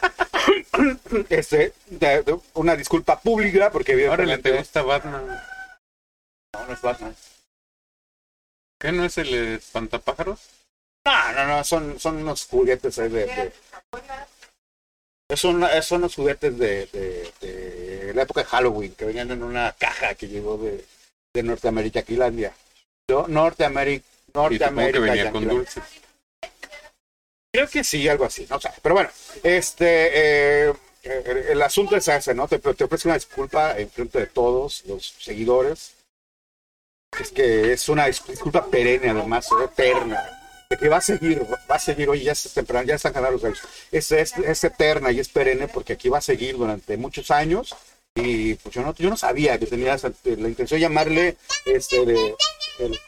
este, de- de- una disculpa pública porque
Órale,
evidentemente
te gusta Batman.
no, no es Batman.
¿Qué no es el eh, espantapájaros?
No, no, no, son, son unos juguetes ahí de, de- Es un- es- son unos juguetes de, de- de la época de Halloween, que venían en una caja que llegó de, de Norteamérica, Aquilandia. Yo, Norteamérica,
Y supongo que
Norteamérica,
venía con
Yanquilandia.
dulces.
Creo que sí, algo así, no sé. Pero bueno, este, eh, eh, el asunto es ese, ¿no? Te, te ofrezco una disculpa en frente de todos los seguidores. Es que es una dis- disculpa perenne, además, eterna. De que va a seguir, va a seguir, oye, ya es temprano, ya están ganando los años. Es, es, es eterna y es perenne porque aquí va a seguir durante muchos años. Y pues yo no, yo no sabía que tenías la intención de llamarle este, de, el,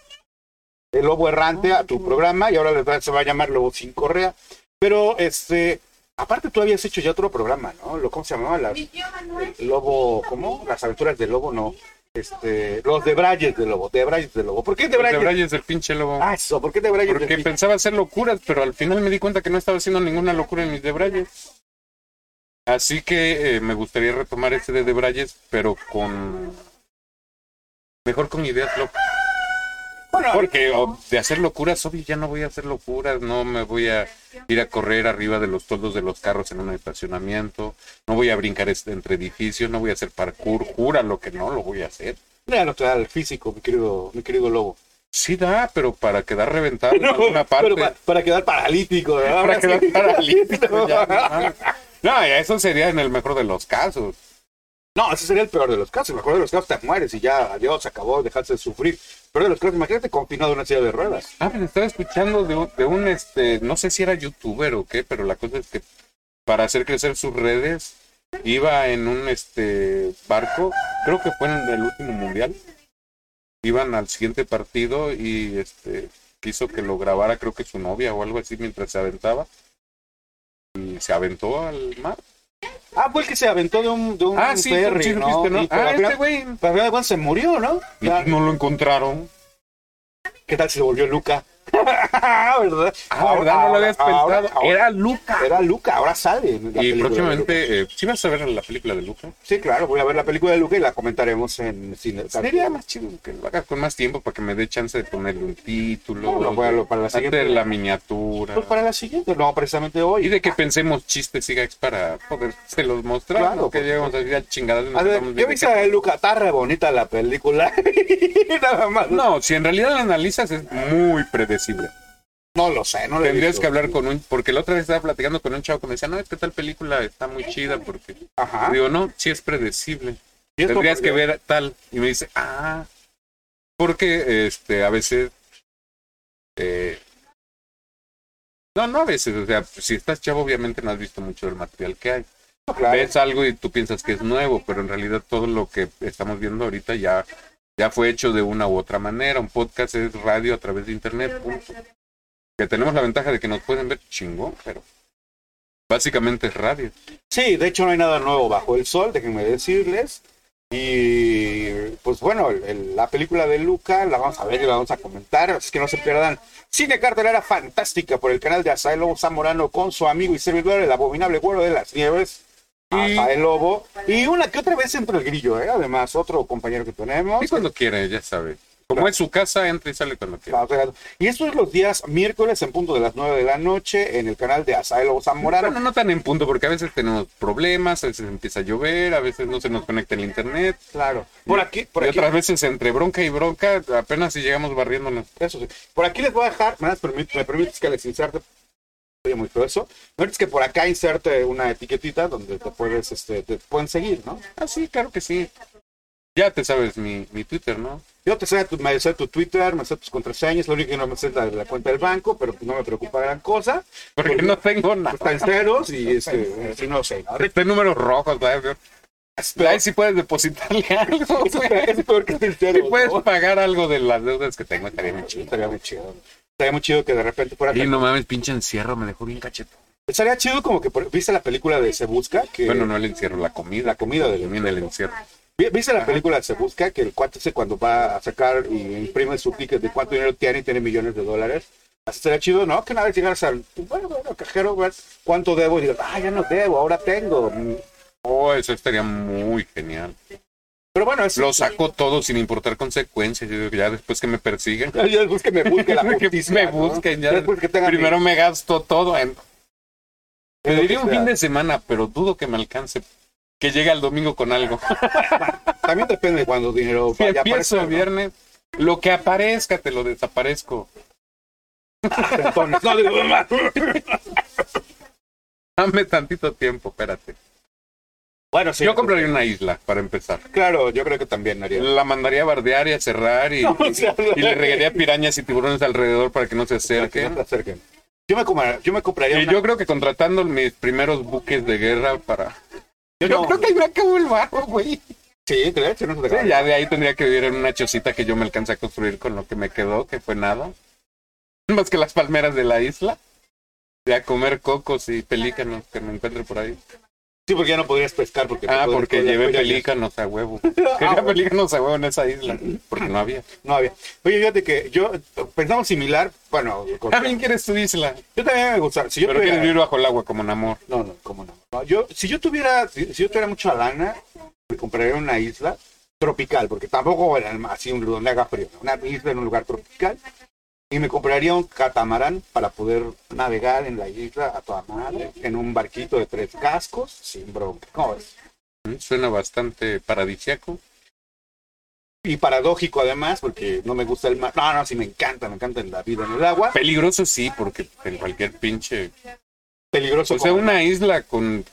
el lobo errante a tu programa y ahora le va- se va a llamar Lobo sin Correa. Pero, este, aparte tú habías hecho ya otro programa, ¿no? Lo, ¿Cómo se llamaba? La, el lobo, ¿cómo? Las aventuras del lobo, no. Este, los debrayes del lobo, debrayes del lobo. ¿Por qué
De
debrayes?
Brian es el pinche lobo.
Ah, eso, ¿por qué debrayes del
Porque
lobo?
pensaba hacer locuras, pero al final me di cuenta que no estaba haciendo ninguna locura en mis debrayes. Así que eh, me gustaría retomar ese de debrayes, pero con... Mejor con ideas locas.
Bueno,
Porque o, de hacer locuras, obvio, ya no voy a hacer locuras, no me voy a ir a correr arriba de los toldos de los carros en un estacionamiento, no voy a brincar este- entre edificios, no voy a hacer parkour, jura lo que no lo voy a hacer.
mira lo que da el físico, mi querido, mi querido lobo.
Sí da, pero para quedar reventado en alguna parte.
pero pa- para quedar paralítico, ¿verdad?
Para quedar paralítico,
no.
ya, no mames. No, ya, eso sería en el mejor de los casos.
No, ese sería el peor de los casos. El mejor de los casos te mueres y ya, adiós, acabó, dejaste de sufrir. Pero de los casos, imagínate confinado en una silla de ruedas.
Ah, pero estaba escuchando de un, de un, este, no sé si era youtuber o qué, pero la cosa es que para hacer crecer sus redes iba en un este barco, creo que fue en el último mundial. Iban al siguiente partido y este quiso que lo grabara creo que su novia o algo así mientras se aventaba. Y se aventó al mar.
Ah, fue el que se aventó de un, de un
Ah, sí,
ferry,
sí, lo
¿no?
viste, ¿no?
Y, pero
Ah,
al final-
este güey.
pero al final de cuentas se murió, ¿no?
Y
Ya,
no lo encontraron.
¿Qué tal si se volvió Luca? ¿Verdad?
Ah, ¿verdad? No lo habías
ahora-
pensado.
ahora-
Era Luca.
era Luca, ahora sale. en la película
Y
de Luca.
próximamente, eh, ¿sí vas a ver la película de Luca?
Sí, claro, voy a ver la película de Luca y la comentaremos en cine.
Sería más chido que lo hagas con más tiempo para que me dé chance de ponerle un título.
Bueno, bueno, para la
hacer
siguiente.
la miniatura.
Pues para la siguiente, no, precisamente hoy.
Y de que pensemos chistes y gags para poder se los mostrar.
Claro,
¿no? que
por
llegamos a ir a chingadas. y nos
A ver,
estamos
yo
viendo
vi a Luca, está re bonita la película. Nada más.
que- No, si en realidad la analizas es muy predecible.
No lo sé, no lo he
Tendrías
visto.
que hablar con un... Porque la otra vez estaba platicando con un chavo que me decía, no, es que tal película está muy chida porque...
Ajá.
Digo, no, sí es predecible.
Y esto
tendrías
porque-
que ver tal y me dice ah porque este a veces eh, no no a veces o sea si estás chavo obviamente no has visto mucho del material que hay
Claro.
ves algo y tú piensas que es nuevo pero en realidad todo lo que estamos viendo ahorita ya ya fue hecho de una u otra manera un podcast es radio a través de internet punto. que tenemos la ventaja de que nos pueden ver chingón pero básicamente es radio
Sí, de hecho no hay nada nuevo bajo el sol, déjenme decirles. Y pues bueno, el- el- la película de Luca la vamos a ver y la vamos a comentar, así que no se pierdan. Cine cartelera fantástica por el canal de Asael Lobo Zamorano con su amigo y servidor, el abominable güero de las nieves,
Y-
Asael Lobo. Y una que otra vez entre el grillo, ¿eh? además, otro compañero que tenemos.
y cuando quiere ya sabe como es su casa entra y sale cuando quiere
Estaba pegado. Y esto es los días miércoles en punto de las 9 de la noche en el canal de Asael Lobo Zamorano.
Bueno, no tan en punto, porque a veces tenemos problemas, a veces empieza a llover, a veces no se nos conecta el internet.
Claro. Por aquí, por
y
aquí.
otras veces entre bronca y bronca, apenas si llegamos barriéndonos.
Eso sí. Por aquí les voy a dejar, me, das permit- me permites que les inserte. Oye, muy feo eso. Me permites que por acá inserte una etiquetita donde te puedes, este, te pueden seguir, ¿no?
Ah, sí, claro que sí. Ya te sabes mi, mi Twitter, ¿no?
Yo te sé, tu, me sé tu Twitter, me sé tus contraseñas, lo único que no me sé es la, la cuenta del banco, pero no me preocupa gran cosa.
Porque no tengo nada.
Están ceros y este, así no sé. ¿no?
Este número rojo, ¿verdad?
Es
Ahí
peor,
sí puedes depositarle algo.
es
güey.
peor- es peor que estén
Sí pues.
ceros.
puedes
¿no?
pagar algo de las deudas que tengo, estaría muy chido.
Estaría muy chido. Estaría muy chido que de repente por acá.
Y no mames, pinche encierro, me dejó bien cacheto.
Estaría chido como que por- viste la película de Se Busca, que
Bueno, no el encierro, la comida.
la comida del
También el encierro.
Vi- ¿Viste la película Se Busca? Que el cuate ese cuando va a sacar y imprime su ticket de cuánto dinero tiene y tiene millones de dólares. Así sería chido, ¿no? Que una vez llegaras al pues, bueno, bueno, cajero, ver cuánto debo y digas, ah, ya no debo, ahora tengo. Mm.
Oh, eso estaría muy genial.
Pero bueno, es
Lo saco todo sin importar consecuencias. Yo digo, ya después que me persigan.
Ya después que me busque la
Que
justicia.
me
¿no?
busquen ya.
Después que tengan
Primero
mi-
me gasto todo en...
en
Me
lo
diría
que
un
sea.
fin de semana, pero dudo que me alcance. Que llegue el domingo con algo.
También depende de cuándo dinero
Si
vaya a
empiezo
aparecer,
el viernes, lo que aparezca te lo desaparezco.
¿no? Entonces, no, digo, "Mamá".
Dame tantito tiempo, espérate.
Bueno, sí.
Yo compraría una isla para empezar.
Claro, yo creo que también haría.
La mandaría a bardear y a cerrar y,
No, o sea,
y le regaría pirañas y tiburones alrededor para que no se
Que no
acerquen.
se acerquen. Yo me, comar- yo me compraría
Y
una-
Eh, yo creo que contratando mis primeros buques de guerra para.
Yo
Yo,
no,
creo que ahí me acabó el barro, güey.
Sí, claro, sí, no se te
Sí,
acaba.
ya de ahí tendría que vivir en una chocita que yo me alcancé a construir con lo que me quedó, que fue nada. Más que las palmeras de la isla. Y a comer cocos y pelícanos que me encuentre por ahí.
Sí, porque ya no podrías pescar. Porque
Ah,
no podrías-
porque
podrías-
llevé
podrías-
pelícanos a huevo.
Ah,
Quería
bueno.
pelícanos a huevo en esa isla, porque no había.
No había. Oye, fíjate que yo pensamos similar. Bueno, con-
¿También quieres tu isla?
yo también me gusta. Si yo
Pero quieres
tuviera...
vivir bajo el agua como en amor.
No, no, cómo no. No, yo, si yo tuviera, si, si yo tuviera mucha lana, me compraría una isla tropical, porque tampoco era así un lugar donde haga frío. ¿no? Una isla en un lugar tropical. Y me compraría un catamarán para poder navegar en la isla a toda madre, en un barquito de tres cascos, sin bronca. ¿Cómo ves?
Suena bastante paradisiaco.
Y paradójico además, porque no me gusta el mar. No, no, sí me encanta, me encanta la vida en el agua.
Peligroso sí, porque en cualquier pinche...
Peligroso.
O sea,
como-
Pues, una isla con...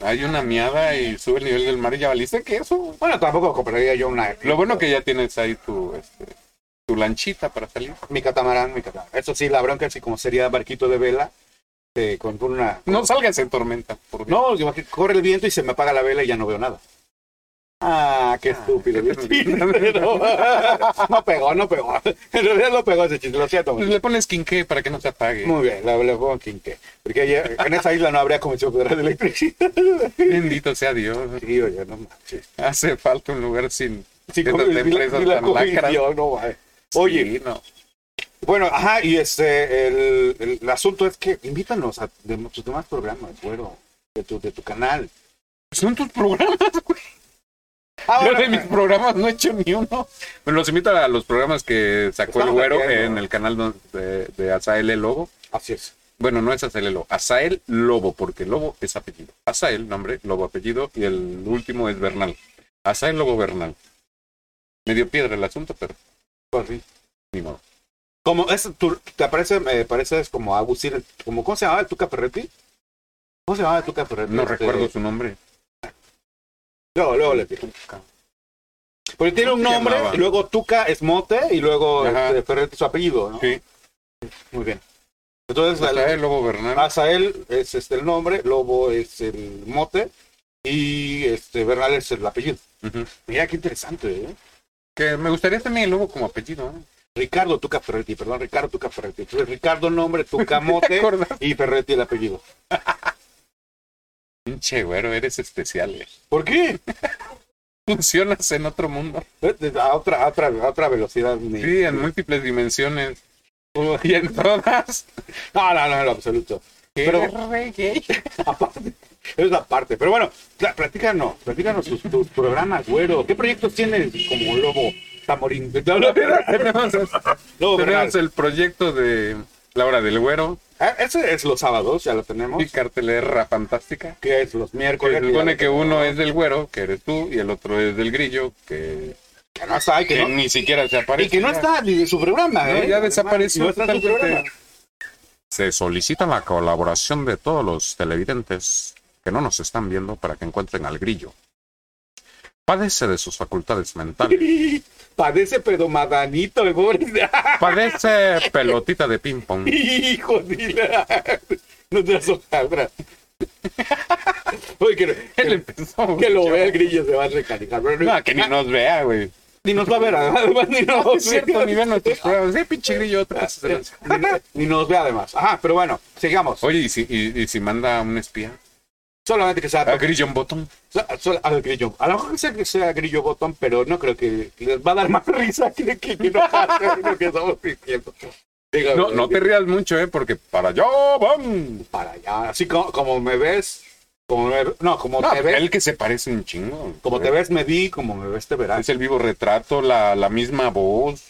Hay una miada y sube el nivel del mar y ya valiste que eso.
Bueno, tampoco compraría yo una...
Lo bueno que ya tienes ahí tu, este, tu lanchita para salir.
Mi catamarán, mi catamarán. Eso sí, la bronca así como sería barquito de vela, eh, con con una...
No salgas en tormenta, por Dios.
No, que corre el viento y se me apaga la vela y ya no veo nada. Ah, qué estúpido. no. no pegó, no pegó. En realidad no pegó ese chiste, lo siento.
Pues Le pones quinqué para que no se apague.
Muy bien, la le pongo quinqué. Porque ayer- en esa isla no habría comisión federal de electricidad.
Bendito sea Dios.
Sí, oye, no manches.
Hace falta un lugar sin...
Sí,
Esas
como- vi la-
empresas
vi la
tan lacras.
comisión, no, güey. Oye,
Sí, no.
Bueno, ajá, y este, el, el- el asunto es que invítanos a de tus demás programas, güero, de tu, de tu canal.
Son tus programas, güey.
Ah,
Yo
bueno,
de mis programas no he hecho ni uno. Bueno, los invito a los programas que sacó
Estamos
el güero
haciendo.
en el canal don- de, de Azael el Lobo.
Así es.
Bueno, no es Azael el Lobo, Azael Lobo, porque Lobo es apellido. Azael, nombre, Lobo, apellido, y el último es Bernal. Azael Lobo Bernal. Medio piedra el asunto, pero
Corri.
ni modo.
Como es, tu, te aparece, me parece es como Agustín, como, ¿cómo se llamaba el Tuca Ferretti? ¿Cómo se llamaba el Tuca Ferretti?
No
Este,
recuerdo su nombre.
Luego, luego le digo. Porque tiene un
¿Cómo se
nombre,
llamaba?
y luego Tuca es Mote, y luego
Ajá.
este, Ferretti su apellido, ¿no?
Sí, Pues
Muy bien. Entonces, el-
Azael Lobo Bernal.
Azael es este el nombre, Lobo es el mote y este Bernal es el apellido.
Ujú.
Mira qué interesante, ¿eh?
Que me gustaría también el Lobo como apellido. ¿eh?
Ricardo Tuca Ferretti, perdón, Ricardo Tuca Ferretti. Entonces, Ricardo nombre, Tuca mote
acordaste?
y Ferretti el apellido.
Pinche güero, eres especial. eh.
¿Por qué?
Funcionas en otro mundo.
A otra, a otra, a otra velocidad. ni-
Sí, en múltiples dimensiones. Y en todas.
No, no, no, en lo absoluto. Pero aparte, es la parte. Pero bueno, pla- platícanos, platícanos tus, tus programas, güero. ¿Qué proyectos tienes como Lobo Tamorín?
tenemos,
Lobo Bernal.
tenemos el proyecto de La Hora del Güero
Ah, Ese es los sábados, ya lo tenemos.
y cartelera fantástica.
que es los
Que
miércoles.
se supone que uno es del güero, que eres tú, y el otro es del grillo, que,
que no está y que,
que
no,
ni siquiera se aparece.
y que no está ni de su programa,
No,
¿eh?
ya desapareció
No está en su
totalmente.
programa.
Se solicita la colaboración de todos los televidentes que no nos están viendo para que encuentren al grillo. Padece de sus facultades mentales.
Padece pedomadanito el pobre.
Padece pelotita de ping-pong.
Hijo de la... No te las ojalá. Oye, que,
Él
que,
empezó.
que lo vea el grillo se va a recalicar. pero
No, que ni
Ah,
nos vea, güey.
ni nos va a ver, además, ni nos
Es cierto, ni vean nuestros programas. Eh, pinche grillo, te
Ah,
pasas de lanza.
Ni, ni nos ve además. Ajá, pero bueno, sigamos.
Oye, ¿y si, y, y si manda un espía? Ah,
Solamente que sea
A Grillon Bottom.
So- so- al grillo. A lo mejor sea que sea grillo botón, pero no creo que les va a dar más risa que, que, que no pasa lo que estamos diciendo. Digo,
No, no te rías mucho, ¿eh? Porque para allá van.
Para allá. Así como, como me ves, como me, no, como
No, pues,
te ves,
el que se parece un chingo.
como te ves me vi, como me ves te verás.
Es el vivo retrato, la, la misma voz.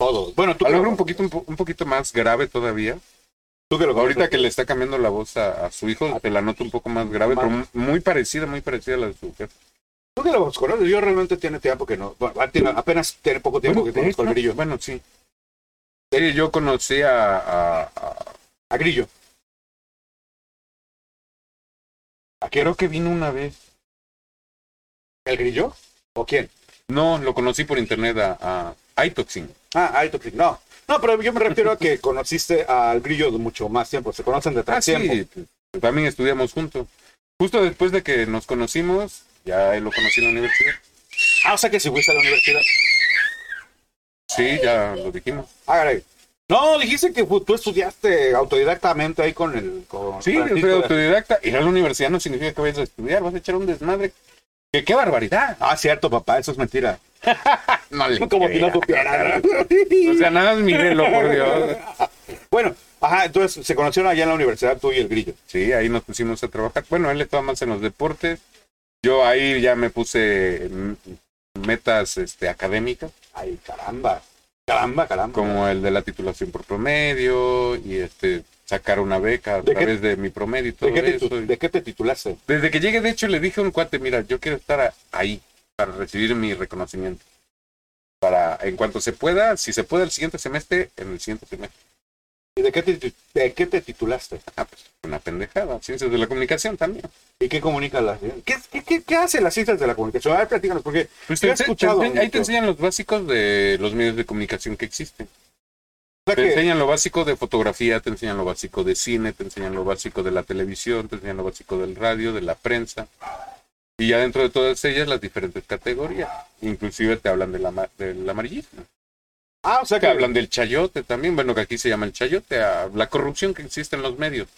Todos. Bueno, tú,
A
que
lo
lo,
mejor un poquito, un, po- un poquito más grave todavía.
tú que lo Ah,
Ahorita que le está cambiando la voz a, a su hijo, te la noto un poco más grave, pero mu- muy parecida, muy parecida a la de su jefe.
tú que lo conoces, yo realmente tiene tiempo que no.
ah,
Bueno, tiene- apenas tiene poco tiempo
Bueno,
que conozco al
¿no?
grillo.
Bueno, sí. Sí, yo conocí a, a- a-
A grillo. ¿A quién?
Creo que vino una vez.
¿El grillo? ¿O quién?
No, lo conocí por internet a, a Itoxin.
Ah, Alto Click, no. No, pero yo me refiero a que conociste al grillo de mucho más tiempo. Se conocen de
Ah,
tanto tiempo.
sí. También estudiamos juntos. Justo después de que nos conocimos, ya él lo conocí en la universidad.
Ah, o sea que si fuiste a la universidad.
Sí, ya lo dijimos.
Ah, caray. No, dijiste que fu- tú estudiaste autodidactamente ahí con el. Con
Sí, yo
Francisco
soy
de-
autodidacta. Ir a la universidad no significa que vayas a estudiar, vas a echar un desmadre. Que qué barbaridad.
Ah, cierto, papá, eso es mentira.
No le
Como si no
creas.
supieras.
O sea, nada más mírelo, por Dios.
bueno, ajá, entonces se conocieron allá en la universidad tú y el grillo.
Sí, ahí nos pusimos a trabajar. Bueno, él estaba más en los deportes. Yo ahí ya me puse mm, metas este, académicas,
Ay, caramba. Caramba, caramba.
como el de la titulación por promedio y este sacar una beca a
¿De qué-
través de mi promedio y todo
¿De qué, te,
eso.
tu- de qué te titulaste?
Desde que llegué, de hecho, le dije a un cuate, mira, yo quiero estar a- ahí para recibir mi reconocimiento. Para, en cuanto se pueda, si se puede el siguiente semestre, en el siguiente semestre.
¿Y de qué te, tu- de qué te titulaste?
Ah, pues una pendejada. Ciencias de la comunicación también.
¿Y qué comunica la ¿Qué, qué, qué, qué hacen las ciencias de la comunicación? A ver, platícanos, porque
Pues
Yo
te
he
ense-
escuchado
te ense- ahí
mucho.
te enseñan los básicos de los medios de comunicación que existen.
o sea
Te
que-
enseñan lo básico de fotografía, te enseñan lo básico de cine, te enseñan lo básico de la televisión, te enseñan lo básico del radio, de la prensa. Y ya dentro de todas ellas las diferentes categorías. Inclusive te hablan de la ma- del amarillismo.
ah, o sea
Te
que
hablan del chayote también, bueno, que aquí se llama el chayote, a la corrupción que existe en los medios.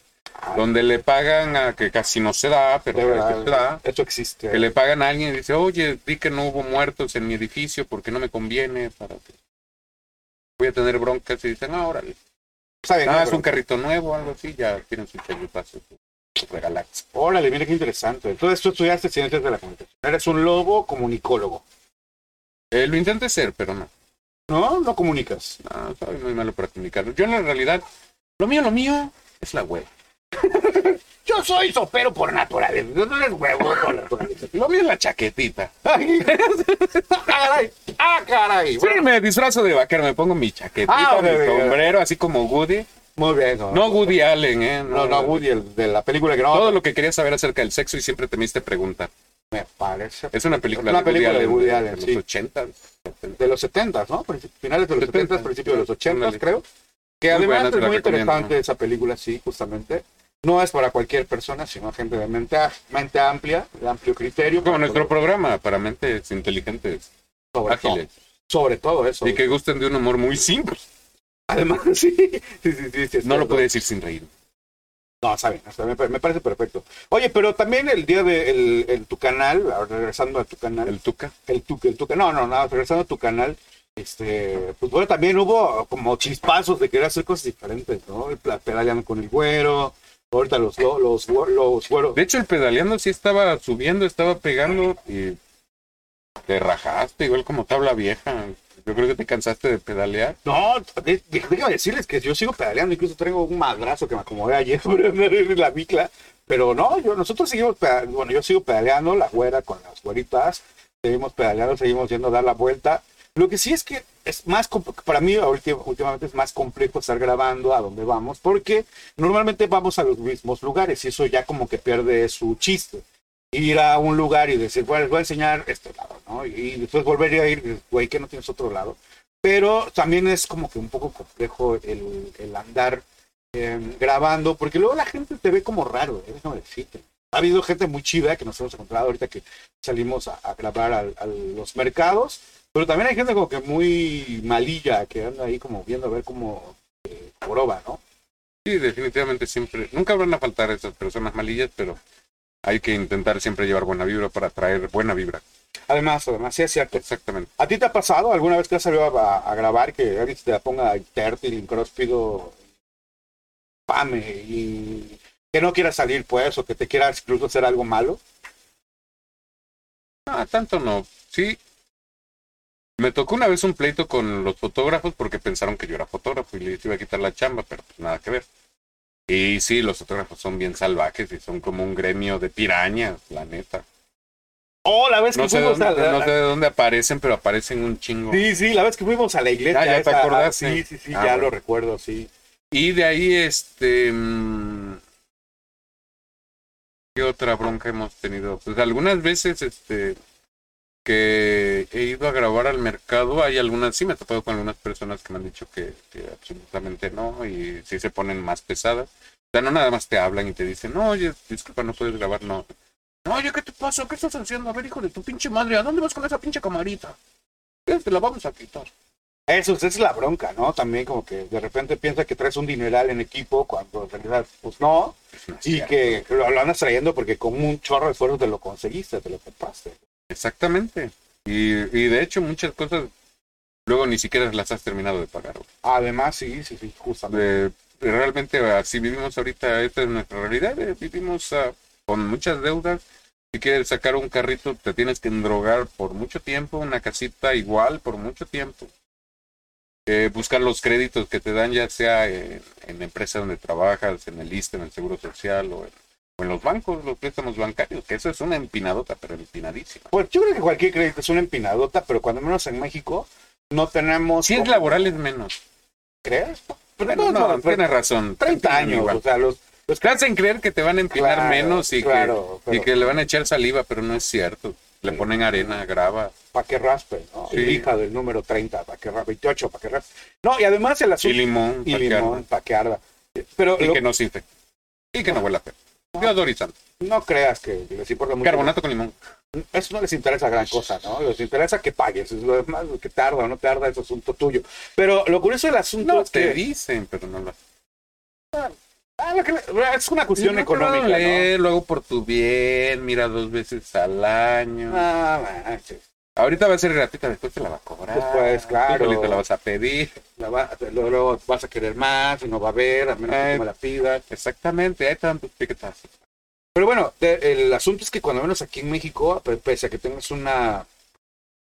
Donde le pagan a que casi no se da, pero
de
a veces se da
verdad, esto existe.
que le pagan a alguien y dice, oye, di que no hubo muertos en mi edificio porque no me conviene, para que voy a tener broncas y dicen, ah, órale,
Está bien,
ah,
¿no?
es un carrito nuevo o algo así, ya tienen su chayutazo, su regalazo.
Órale, mira qué interesante. Entonces tú estudiaste ciencias de la comunicación. Eres un lobo comunicólogo.
Eh, lo intenté ser, pero no,
No, no comunicas.
no, soy muy malo para comunicarlo. Yo en la realidad, lo mío, lo mío es la web.
Yo soy sopero por naturaleza. Yo no eres huevo por naturaleza.
Lo mío es la chaquetita.
Ay, ah, caray. Ah, caray.
Sí,
Bueno,
me disfrazo de vaquero, me pongo mi chaquetita,
Ah, ok,
mi
ok, ok.
sombrero, así como Woody.
muy bien. No,
No Woody Allen, ¿eh?
no, no, Woody, el de la película que no.
Todo lo que quería saber acerca del sexo y siempre temiste preguntar.
Me parece.
Es una película,
Una película de Woody Allen,
de los
sí.
80.
De los 70, ¿no? Princip- Finales de los 70,
70,
principios de los 80,
ándale.
creo. Que
Muy
además
buena, te
es
la
muy
recomiendo,
interesante esa película, sí, justamente. No es para cualquier persona, sino gente de mente, a- mente amplia, de amplio criterio.
Como nuestro programa para mentes inteligentes,
sobre todo,
ágiles.
sobre todo eso.
Y que gusten de un humor muy simple.
Además, sí, sí, sí, sí, sí, es
No lo
cierto.
puede decir sin reír.
No, está bien, está bien, me parece perfecto. Oye, pero también el día de el- en tu canal, ahora regresando a tu canal, el,
El Tuca.
tu, el tu, no, no, no, regresando a tu canal, este, pues bueno, también hubo como chispazos de querer hacer cosas diferentes, ¿no? El pla- pedaleando con el güero, ahorita los, los, los, güe- los güeros.
De hecho, el pedaleando sí estaba subiendo, estaba pegando y te rajaste, igual como tabla vieja. Yo creo que te cansaste de pedalear.
No, de- de- déjame decirles que yo sigo pedaleando, incluso traigo un madrazo que me acomodé ayer por andar en la bicla, pero no, yo, nosotros seguimos, peda- bueno, yo sigo pedaleando, la güera con las güeritas, seguimos pedaleando, seguimos yendo a dar la vuelta. Lo que sí es que es más, compl- para mí ahorita- últimamente es más complejo estar grabando a dónde vamos, porque normalmente vamos a los mismos lugares y eso ya como que pierde su chiste. Ir a un lugar y decir, bueno, les voy a enseñar este lado, ¿no? Y después volver a ir, güey, que no tienes otro lado pero también es como que un poco complejo el, el andar eh, grabando, porque luego la gente te ve como raro, ¿eh? déjame decirte. Ha habido gente muy chida que nos hemos encontrado ahorita que salimos a, a grabar al- a, los mercados, pero también hay gente como que muy malilla, que anda ahí como viendo a ver cómo eh, joroba, ¿no?
Sí, definitivamente siempre. Nunca van a faltar esas personas malillas, pero Hay que intentar siempre llevar buena vibra para traer buena vibra.
Además, además, sí es cierto.
Exactamente.
¿A ti te ha pasado alguna vez que has salido a, a grabar que alguien te la ponga intértil, incróspido, pame, y que no quiera salir pues, o que te quiera incluso hacer algo malo?
Ah, tanto no. Sí. Me tocó una vez un pleito con los fotógrafos porque pensaron que yo era fotógrafo y les iba a quitar la chamba, pero pues nada que ver. Y sí, los fotógrafos son bien salvajes y son como un gremio de pirañas, la neta.
Oh, la vez que
No sé, de
fuimos
dónde,
a la-
no sé de dónde aparecen, pero aparecen un chingo.
Sí, sí, la vez que fuimos a la iglesia.
Ah, ya te
esa-
acordaste.
sí, sí, sí,
Ah,
ya
bueno.
lo recuerdo, sí.
Y de ahí, este. mm, ¿Qué otra bronca hemos tenido? Pues algunas veces, este. Que he ido a grabar al mercado, hay algunas, sí me he topado con algunas personas que me han dicho que, que absolutamente no, y sí se ponen más pesadas. O sea, no nada más te hablan y te dicen, no, oye, disculpa, no puedes grabar, no. No, oye, ¿qué te pasa? ¿Qué estás haciendo? A ver, hijo de tu pinche madre, ¿a dónde vas con esa pinche camarita? Ya Te la vamos a quitar.
Eso, esa es la bronca, ¿no? También como que de repente piensa que traes un dineral en equipo cuando en realidad, pues no. Y que lo, lo andas trayendo porque con un chorro de esfuerzo te lo conseguiste, te lo compraste.
Exactamente. Y, y de hecho muchas cosas luego ni siquiera las has terminado de pagar. güey.
Además, sí, sí, sí, justamente.
Eh, realmente así vivimos ahorita, esta es nuestra realidad, eh, vivimos ah, con muchas deudas. Si quieres sacar un carrito, te tienes que endrogar por mucho tiempo, una casita igual por mucho tiempo. Eh, buscar los créditos que te dan ya sea en, en la empresa donde trabajas, en el ISSSTE, en el Seguro Social o en, o en los bancos, los préstamos bancarios, que eso es una empinadota, pero empinadísima.
Pues yo creo que cualquier crédito es una empinadota, pero cuando menos en México no tenemos...
Si es
como-
laboral es menos.
¿Crees? Pero
Bueno, no,
no, pero-
tienes razón.
30
Tienen
años,
igual.
o sea, los... los
Te hacen creer que te van a empinar
Claro,
menos y,
claro,
que,
pero-
y que le van a echar saliva, pero no es cierto. Le ponen arena, grava.
para que raspe, ¿no?
Sí.
El hija del número 30, para que raspe, 28, para que raspe. No, y además el
Y
asunto...
limón.
y
pa' que
limón
arda.
para que arda. Pero
Y
lo- Ah.
que no se infecte. Y que no huela feo. Yo
no creas que les importa mucho.
Carbonato con limón.
Eso no les interesa gran cosa, ¿no? Les interesa que pagues. es Lo demás, que tarda o no tarda es asunto tuyo. Pero lo curioso del asunto
No,
es
te
que
dicen, pero no lo hacen.
Ah, lo que- es una cuestión
No,
económica,
pero
¿no?
lee, Lo hago por tu bien, mira dos veces al año.
Ah, manches.
Ahorita va a ser gratuita, después te la va a cobrar.
Después, claro.
Tú solito la vas a pedir.
La va- luego, luego vas a querer más y no va a haber, a menos que
Ay.
tú me la pidas.
Exactamente, ahí están tus piquetazos.
Pero bueno, te- el asunto es que cuando menos aquí en México, pe- pese a que tengas una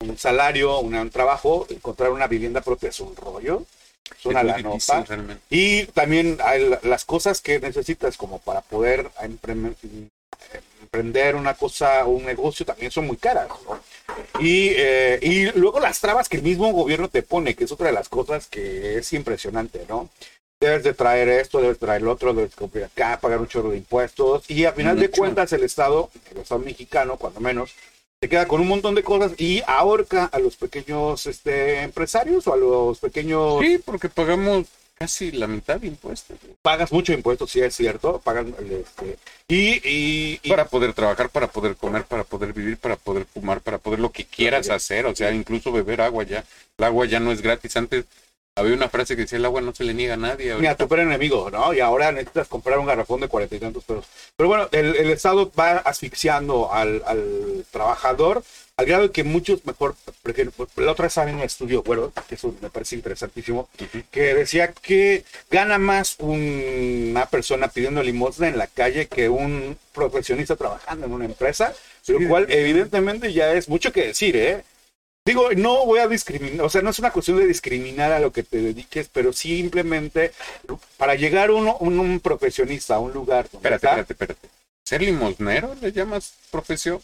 un salario, una- un trabajo, encontrar una vivienda propia es un rollo. Es una
Es muy
la
difícil, realmente.
Y también hay la- las cosas que necesitas como para poder emprem- emprender una cosa o un negocio también son muy caras. ¿no? Y, eh, y luego las trabas que el mismo gobierno te pone, que es otra de las cosas que es impresionante, ¿no? Debes de traer esto, debes traer lo otro, debes cumplir acá, pagar un chorro de impuestos. Y al final de
Mucho.
cuentas el Estado, el Estado mexicano, cuando menos, se queda con un montón de cosas y ahorca a los pequeños este, empresarios o a los pequeños
Sí, porque pagamos casi la mitad de impuestos güey,
pagas mucho impuesto, sí es cierto, pagan este, y, y, y-
para poder trabajar, para poder comer, para poder vivir, para poder fumar, para poder lo que quieras hacer, o sea, incluso beber agua ya. El agua ya no es gratis. Antes había una frase que decía el agua no se le niega a nadie.
ni a
ahorita-
tu peor enemigo, ¿no? Y ahora necesitas comprar un garrafón de cuarenta y tantos pesos. Pero bueno, el, el Estado va asfixiando al, al trabajador al grado de que muchos mejor, prefieren- la otra vez en un estudio, bueno, que eso me parece interesantísimo, que decía que gana más un- una persona pidiendo limosna en la calle que un profesionista trabajando en una empresa, lo cual evidentemente ya es mucho que decir, ¿eh? Digo, no voy a discriminar, o sea, no es una cuestión de discriminar a lo que te dediques, pero simplemente para llegar uno, un, un profesionista a un lugar donde
Espérate,
está,
espérate, espérate. ¿Ser limosnero le llamas profesión?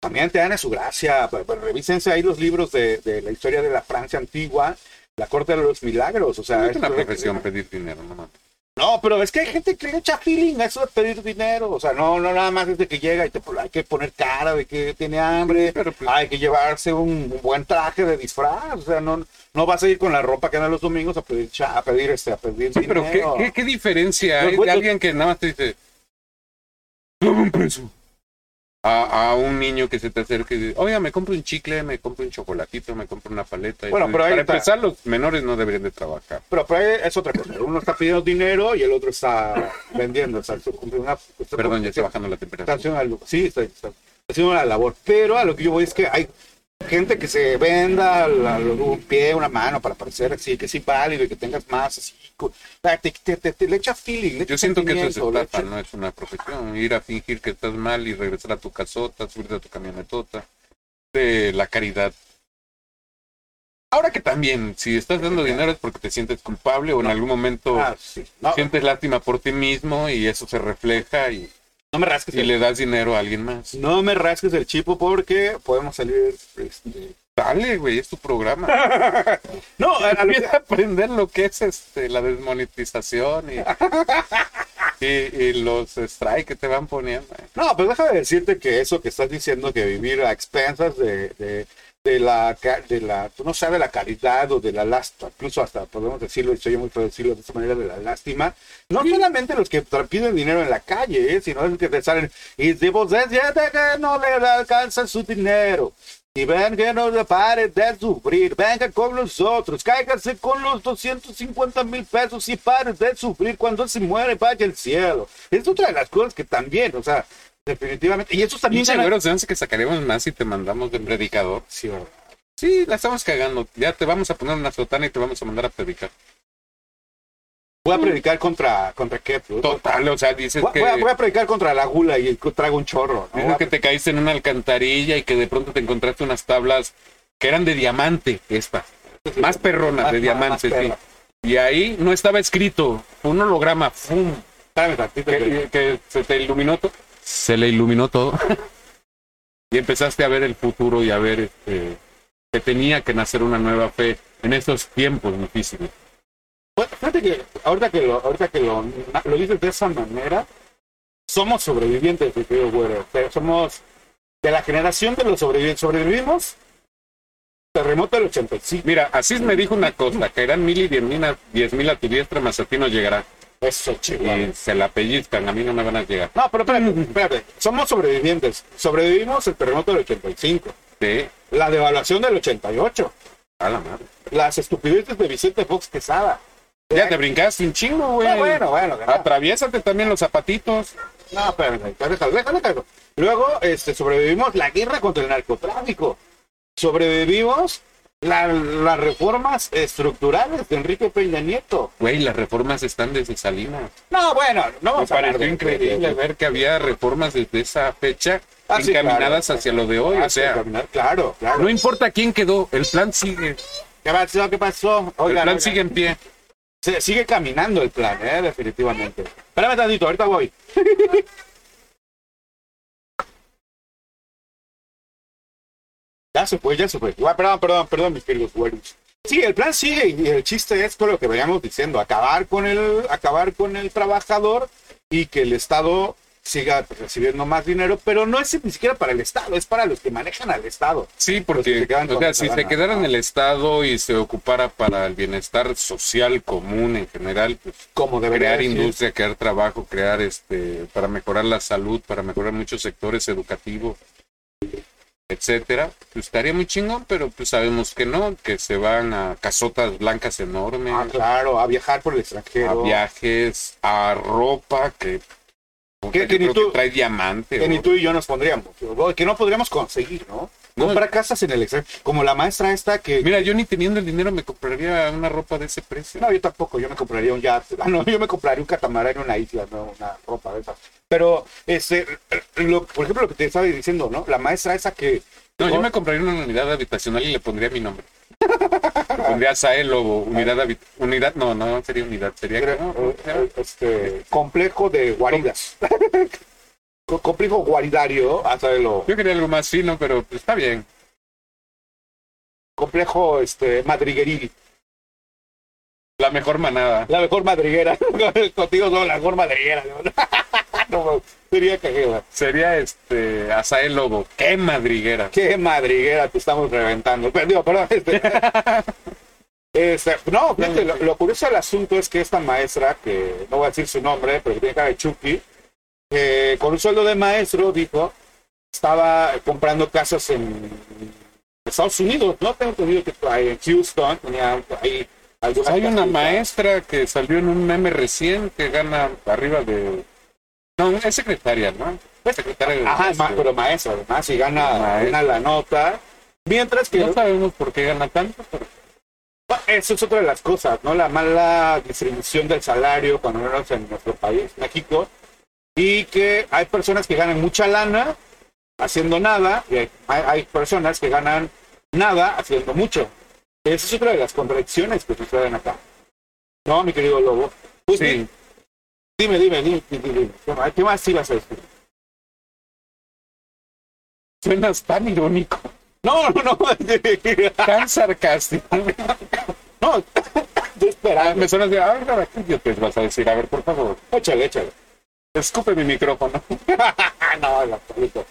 también te dan a su gracia. Pero, pero revísense ahí los libros de, de la historia de la Francia antigua, la corte de los milagros, o sea,
No es una
Ah, esto-
profesión pedir dinero, no mames.
No, pero es que hay gente que le echa feeling a eso de pedir dinero. O sea, no, no nada más desde que llega y te pone- hay que poner cara de que tiene hambre,
Pero, pues-
hay que llevarse un, un buen traje de disfraz. O sea, no, no vas a ir con la ropa que andan los domingos a pedir cha- a pedir este, a pedir
Sí,
dinero.
pero ¿qué, qué, qué diferencia
Los
hay de
güeyes-
alguien que nada más te dice, dame un peso? a, a un niño que se te acerque y dice, oiga, me compro un chicle, me compro un chocolatito, me compro una paleta. Y
Bueno,
tú
pero ahí
dices,
está.
para empezar, los menores no deberían de trabajar.
Pero, pero es otra cosa. Uno está pidiendo dinero y el otro está vendiendo. O sea, tú cumples una, está
Perdón, ya está bajando la temperatura.
haciendo algo. Sí, está, está haciendo la labor. Pero a lo que yo voy es que hay gente que se venda la- un pie, una mano para parecer así, que es válido y que tengas más. Así, co- ah, te, te- te- te- le echa feeling. le echa
Yo siento que eso es
sentimiento, le
estafa,
echa-
no es una profesión. Ir a fingir que estás mal y regresar a tu casota, subirte a tu camionetota. De la caridad. Ahora que también, si estás dando dinero es porque te sientes culpable o en algún momento
Ah, sí. No,
sientes lástima por ti mismo y eso se refleja y,
no me rasques.
y
el-
le das dinero a alguien más.
No me rasques el chipo porque podemos salir. este,
Dale, güey, es tu programa.
No, a- a lo que-
Empieza a aprender lo que es este, la desmonetización y, y, y los strikes que te van poniendo. eh.
No, pero déjame decirte que eso que estás diciendo, que vivir a expensas de, de, de la, ca- de la, tú no sabes, la caridad o de la lástima, incluso hasta podemos decirlo, y soy muy feo decirlo de esta manera, de la lástima, no solamente los que tra- piden dinero en la calle, eh, sino los que te salen y tipo, "Es gente que no le alcanza su dinero. Y ven que no se pare de sufrir, venga con nosotros, cáigase con los 250 mil pesos y pare de sufrir cuando se muere, vaya al cielo. Es otra de las cosas que también, o sea, definitivamente, y eso también
Pinche
gana-
güero, se me hace que sacaremos más si te mandamos de predicador.
Sí, ¿verdad?
Sí, la estamos cagando. Ya te vamos a poner una sotana y te vamos a mandar a predicar.
Voy a predicar contra, contra qué, pues?
Total, o sea, dices
Voy,
Mm. que,
voy a, voy a predicar contra la gula y trago un chorro, ¿no?
dices que te caíste en una alcantarilla y que de pronto te encontraste unas tablas que eran de diamante, estas. Más perronas,
Más-
de
más-
diamante,
más
sí.
perra.
Y ahí no estaba escrito, fue un holograma, ¡fum!
Espérame tantito, que-
que, que se te iluminó todo. Se le iluminó todo. y empezaste a ver el futuro y a ver este, que tenía que nacer una nueva fe en estos tiempos difíciles.
Bueno, Fíjate que ahorita que lo, ahorita que lo, lo dices de esa manera, somos sobrevivientes, mi querido güero. Pero somos de la generación de los sobrevivientes. Sobrevivimos terremoto del 85.
Mira, Asís me dijo una cosa, caerán mil y diez mil a, diez mil a tu diestra, más a ti no llegará.
Eso, chihuahua.
Y se la pellizcan, a mí no me van a llegar. Mm.
No, pero espérate, espérate. Somos sobrevivientes. Sobrevivimos el terremoto del 85,
Sí,
la devaluación del 88,
a la madre.
las estupideces de Vicente Fox Quesada.
Ya te brincaste un chingo, güey.
Ah, bueno, bueno, ¿verdad?
Atraviésate también los zapatitos.
No, espérame, déjalo, déjalo, déjalo, déjalo. Luego, este, sobrevivimos la guerra contra el narcotráfico. Sobrevivimos la- las reformas estructurales de Enrique Peña Nieto.
Güey, las reformas están desde Salinas.
No, bueno,
Me
no vamos a hablar
pareció
de- de-
increíble
de-
ver que había reformas desde esa fecha
Ah, sí,
encaminadas
claro.
hacia lo de hoy.
Ah,
o sea,
caminar, claro, claro.
no importa quién quedó, el plan sigue.
¿Qué pasó? ¿Qué pasó?
El
Oigan,
plan
oigan.
sigue en pie.
Se- sigue caminando el plan, eh, definitivamente. Espérame tantito, ahorita voy. ya se fue, ya se fue. Ah, perdón, perdón, perdón, mis queridos güeros. Sí, el plan sigue y el chiste es con lo que veníamos diciendo, acabar con el, acabar con el trabajador y que el Estado siga recibiendo más dinero, pero no es ni siquiera para el Estado, es para los que manejan al Estado.
Sí,
Los que
porque
Pues se quedan
o
con
sea,
esa
si se
lana,
quedara en
¿no?
el Estado y se ocupara para el bienestar social común en general, pues,
Como debería
crear
decir.
industria, crear trabajo, crear este para mejorar la salud, para mejorar muchos sectores educativos, etcétera, pues estaría muy chingón, pero pues sabemos que no, que se van a casotas blancas enormes.
Ah, claro, a viajar por el
a
extranjero.
viajes, a ropa que, puta,
Que-
yo
que ni
creo
tú-
trae diamante.
que ni
o-
tú y yo nos pondríamos, que no podríamos conseguir, ¿no?
No,
Comprar casas en el extranjero, como la maestra esta que...
Mira, yo ni teniendo el dinero me compraría una ropa de ese precio.
No, yo tampoco, yo me compraría un yate, Ah, no, yo me compraría un catamarán en una isla, no una ropa de esas. Pero, este, lo- por ejemplo, lo que te estaba diciendo, ¿no? La maestra esa que...
No, yo me compraría una unidad habitacional y le pondría mi nombre. Le pondría Sael Lobo, unidad habit- unidad, no, no sería unidad, sería no,
eh, este, complejo de guaridas. Co- complejo guaridario, hasta de lo...
yo quería algo más fino, pero pues, está bien.
Complejo, este, madrigueril.
La mejor manada.
La mejor madriguera. Contigo no, la mejor madriguera. No, no, sería cajera.
Sería este Asael Lobo. ¡Qué madriguera!
Qué madriguera te estamos reventando. Pero, digo, perdón. Este, Este, no, fíjate, lo, lo curioso del asunto es que esta maestra, que no voy a decir su nombre, pero que tiene cara de Chucky, eh, con un sueldo de maestro dijo estaba comprando casas en Estados Unidos, ¿no? Tengo entendido que ahí en Houston tenía ahí algo.
Pues, Hay una maestra que salió en un meme recién que gana arriba de... No, es secretaria, ¿no? Es secretaria de...
Ajá, ma-
este,
pero maestra, además, y gana,
Maestra.
gana la nota. Mientras que
No sabemos por qué gana tanto, pero
Bueno, Eso es otra de las cosas, ¿no? La mala distribución del salario cuando menos en nuestro país, México, y que hay personas que ganan mucha lana haciendo nada, y hay, hay- hay personas que ganan nada haciendo mucho. Esa es otra de las contradicciones que suceden acá. No, mi querido Lobo. Pues,
Sí.
Dime, dime, dime, dime, dime. ¿Qué más- ¿Qué más ibas a decir?
suenas tan irónico,
No, no, no.
tan sarcástico.
no, yo esperaba.
Me suenas de... "Ah, ahora, ¿qué idiotes vas a decir? A ver, por favor,
Échale, échale.
escupe mi micrófono.
no, el absoluto.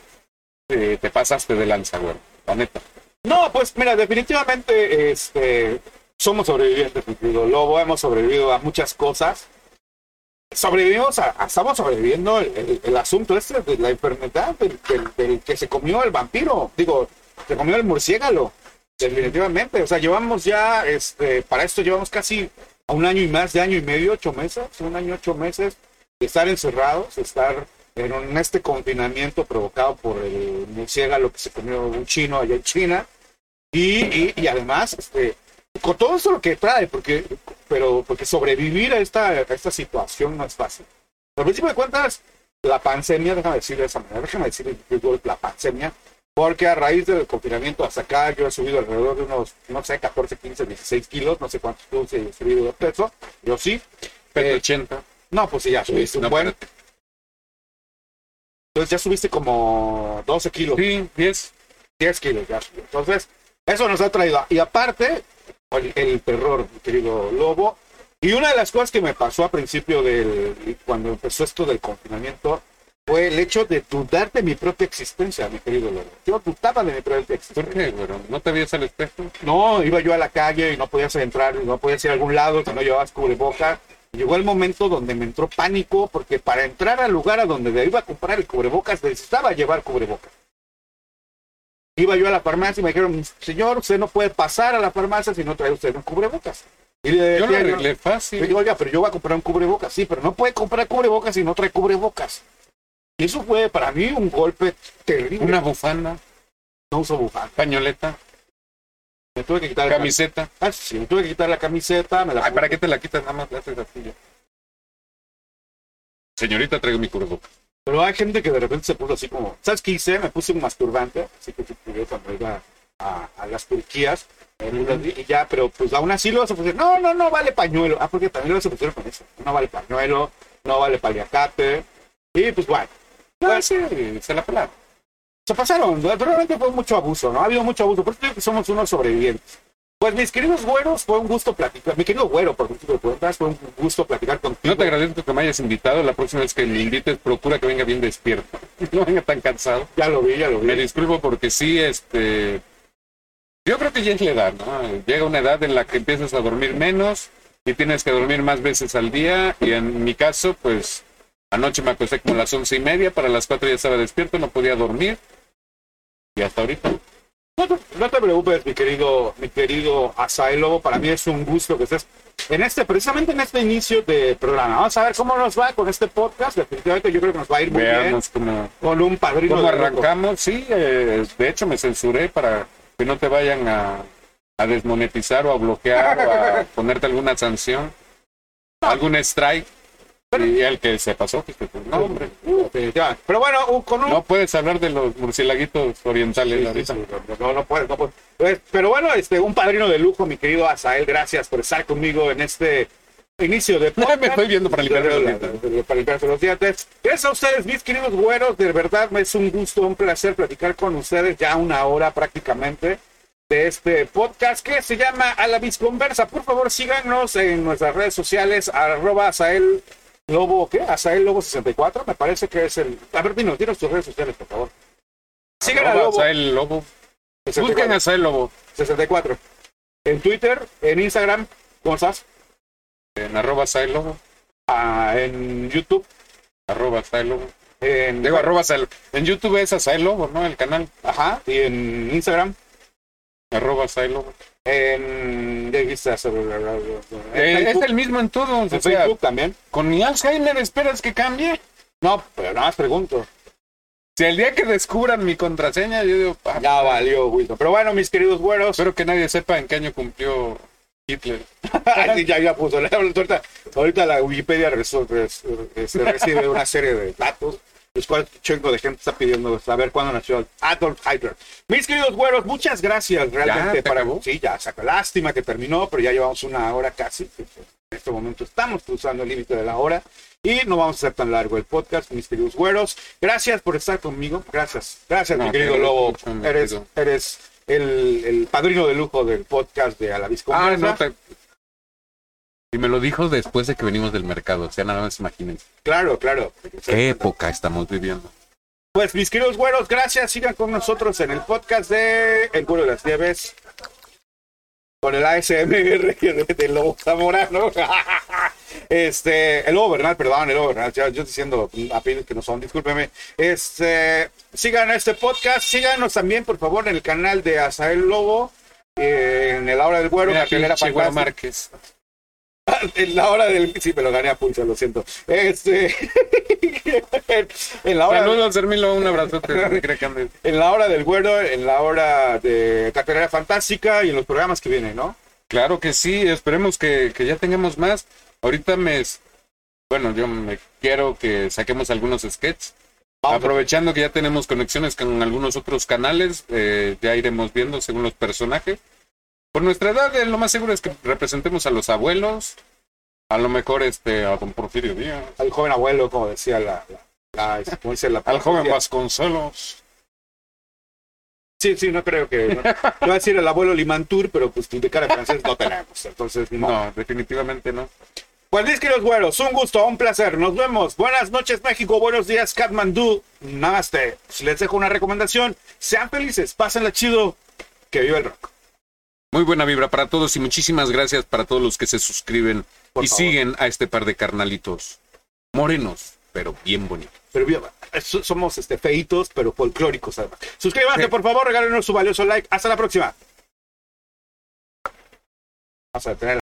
Eh, te pasaste de lanza, güey. La neta.
No, pues mira, definitivamente este, somos sobrevivientes, mi querido Lobo, hemos sobrevivido a muchas cosas. Sobrevivimos a, a- estamos sobreviviendo el, el- el asunto este de la enfermedad del, del- del que se comió el vampiro, digo, se comió el murciélago, definitivamente. O sea, llevamos ya, este, para esto llevamos casi a un año y más, de año y medio, ocho meses, un año, ocho meses de estar encerrados, de estar en un- este confinamiento provocado por el murciélago que se comió un chino allá en China. Y, y- y además, este, con todo eso lo que trae, porque, pero, porque sobrevivir a esta, a esta situación no es fácil. Al principio de cuentas, la pandemia, déjame decir de esa manera, déjame decir yo digo la pandemia, porque a raíz del confinamiento hasta acá yo he subido alrededor de unos, no sé, 14, 15, 16 kilos, no sé cuántos tú si has subido de peso, yo sí.
Pero
Eh,
80.
no, pues sí, ya subiste un
No,
buen.
espérate.
Entonces ya subiste como 12 kilos.
Sí, 10.
10 kilos ya. Entonces, eso nos ha traído. a- Y aparte, el, el terror, mi querido Lobo. Y una de las cosas que me pasó a principio del. cuando empezó esto del confinamiento, fue el hecho de dudar de mi propia existencia, mi querido Lobo. Yo dudaba de mi propia
¿Por
existencia.
qué, güey? ¿No te veías al espejo?
No, iba yo a la calle y no podías entrar, y no podías ir a algún lado que no llevabas cubreboca. Llegó el momento donde me entró pánico porque para entrar al lugar a donde me iba a comprar el cubrebocas necesitaba llevar cubrebocas. Iba yo a la farmacia y me dijeron, señor, usted no puede pasar a la farmacia si no trae usted un cubrebocas. Y le
Yo lo
decía yo,
arreglé
Este yo
fácil.
digo, oiga, pero yo voy a comprar un cubrebocas. Sí, pero no puede comprar cubrebocas si no trae cubrebocas. Y eso fue para mí un golpe terrible.
Una bufanda,
No uso bufanda.
pañoleta,
Me tuve que quitar la camiseta.
camiseta.
Sí, me tuve que quitar la camiseta. Me la
Ay, ¿para qué te la quitas? Nada más la haces así ya. Señorita, traigo mi curvo.
Pero hay gente que de repente se puso así como, ¿sabes qué hice? Me puse un masturbante, así que yo cuando iba a, a las Turquías, me puse así, y ya, pero pues aún así luego se pusieron, no, no, no vale pañuelo. Ah, porque también luego se pusieron con eso, no vale pañuelo, no vale paliacate, y pues bueno,
Ah, sí, se la pelaron.
se pasaron, realmente fue mucho abuso, ¿no? Ha habido mucho abuso, por eso digo que somos unos sobrevivientes. Pues mis queridos güeros, fue un gusto platicar, mi querido güero, por mucho de cuentas, fue un gusto platicar contigo.
No te agradezco que me hayas invitado. La próxima vez que me invites, procura que venga bien despierto. No venga tan cansado.
ya lo vi, ya lo vi.
Me disculpo porque sí, este. Yo creo que ya es la edad, ¿no? Llega una edad en la que empiezas a dormir menos y tienes que dormir más veces al día. Y en mi caso, pues anoche me acosté como a las once y media, para las cuatro ya estaba despierto, no podía dormir. Y hasta ahorita.
No te, no te preocupes, mi querido, mi querido Asael Lobo. Para mí es un gusto que estés en este, precisamente en este inicio de programa. Vamos a ver cómo nos va con este podcast. Definitivamente yo creo que nos va a ir muy bien.
Veamos cómo,
Con un padrino.
cómo
de lujo.
arrancamos. Sí, eh, de hecho me censuré para que no te vayan a, a desmonetizar o a bloquear o a ponerte alguna sanción, algún strike. Y el que se pasó, pues, pues, no, hombre.
Eh, Ya, Pero bueno, un- con un.
No puedes hablar de los murciélaguitos orientales
Sí, sí,
ahorita.
sí, no, no, no puedes, no puedes. Pues, Pero bueno, este, un padrino de lujo, mi querido Asael. Gracias por estar conmigo en este inicio de podcast.
Me estoy viendo para limpiarme los dientes.
Para limpiarse los dientes. Gracias a ustedes, mis queridos güeros. De verdad, es un gusto, un placer platicar con ustedes ya una hora prácticamente de este podcast que se llama A la Visconversa. Por favor, síganos en nuestras redes sociales, arroba Asael Lobo, ¿qué? Asael Lobo 64, me parece que es el... A ver, dinos, dinos tus redes sociales, por favor. Sigan a
Arroba
Lobo
Azael Lobo. Busquen a
64,
Azael Lobo
64. En Twitter, en Instagram, ¿cómo estás?
en arroba Azael Lobo,
Ah, en YouTube.
arroba Azael Lobo.
En,
Digo, arroba Sal- En YouTube es Asai Lobo, ¿no? El canal.
Ajá, y en Instagram.
Arroba Asai Lobo.
En. ya dijiste hace-
Eh, es
en
el mismo en todo. O
en
sea,
Facebook también.
con mi Alzheimer esperas que cambie.
No, pero nada más pregunto.
Si el día que descubran mi contraseña, yo digo, "Ah,
Ya valió, Wilton. Pero bueno, mis queridos güeros.
espero que nadie sepa en qué año cumplió Hitler.
Ay, sí, ya, ya puso. Le hablo ahorita, ahorita la Wikipedia resu- res- este, recibe una serie de datos, los cuales chingo de gente está pidiendo saber cuándo nació Adolf Hitler. Mis queridos güeros, muchas gracias realmente
¿Ya? ¿Se
para
acabó?
Sí, ya saca. Lástima que terminó, pero ya llevamos una hora casi. En este momento estamos cruzando el límite de la hora. Y no vamos a hacer tan largo el podcast, mis queridos güeros. Gracias por estar conmigo. Gracias. Gracias,
No,
mi querido
te agradezco
Lobo.
mucho, mi
Eres,
querido.
eres el, el padrino de lujo del podcast de Alavis
Ah,
Conversa.
no te- Y me lo dijo después de que venimos del mercado. O sea, nada más imagínense.
Claro, claro.
¿Qué época estamos viviendo?
Pues mis queridos güeros, gracias. Sigan con nosotros en el podcast de El Güero de las Nieves. Con el ASMR del Lobo Zamorano. Este, el Lobo Bernal, perdón, el Lobo Bernal. Ya, yo diciendo apellidos que no son, discúlpeme. Este, sigan este podcast. Síganos también, por favor, en el canal de Azael Lobo. eh, en el Hora del Güero,
Mira,
cartelera
pinche Güero
fantástica.
Márquez.
En la hora del. Sí, me lo gané a pulso, lo siento. Este. en la hora.
Saludos, Hermilo. Un abrazote. donde quiera que andes.
En la hora del güero, en la hora de Cartelera Fantástica y en los programas que vienen, ¿no?
Claro que sí, esperemos que, que ya tengamos más. Ahorita me... es- Bueno, yo me quiero que saquemos algunos sketches.
Vamos.
Aprovechando que ya tenemos conexiones con algunos otros canales, eh, ya iremos viendo según los personajes. Por nuestra edad, eh, lo más seguro es que representemos a los abuelos, a lo mejor este a don Porfirio Díaz,
Al joven abuelo, como decía la. la, la- como dice la
al joven
profecía.
Vasconcelos.
Sí, sí, no creo que. No, Yo iba a decir el abuelo Limantur, pero pues de cara a francés no tenemos. Entonces, no.
No, definitivamente no.
Pues mis queridos güeros, un gusto, un placer. Nos vemos. Buenas noches, México. Buenos días, Kathmandú. Namaste. Les dejo una recomendación. Sean felices, pásenla chido. Que viva el rock.
Muy buena vibra para todos y muchísimas gracias para todos los que se suscriben
Por
y
favor.
siguen a este par de carnalitos morenos, pero bien bonitos.
pero viva. So- somos este, feitos, pero folclóricos además. Suscríbanse,
Sí.
por favor, regálenos su valioso like. Hasta la próxima. Vamos a tener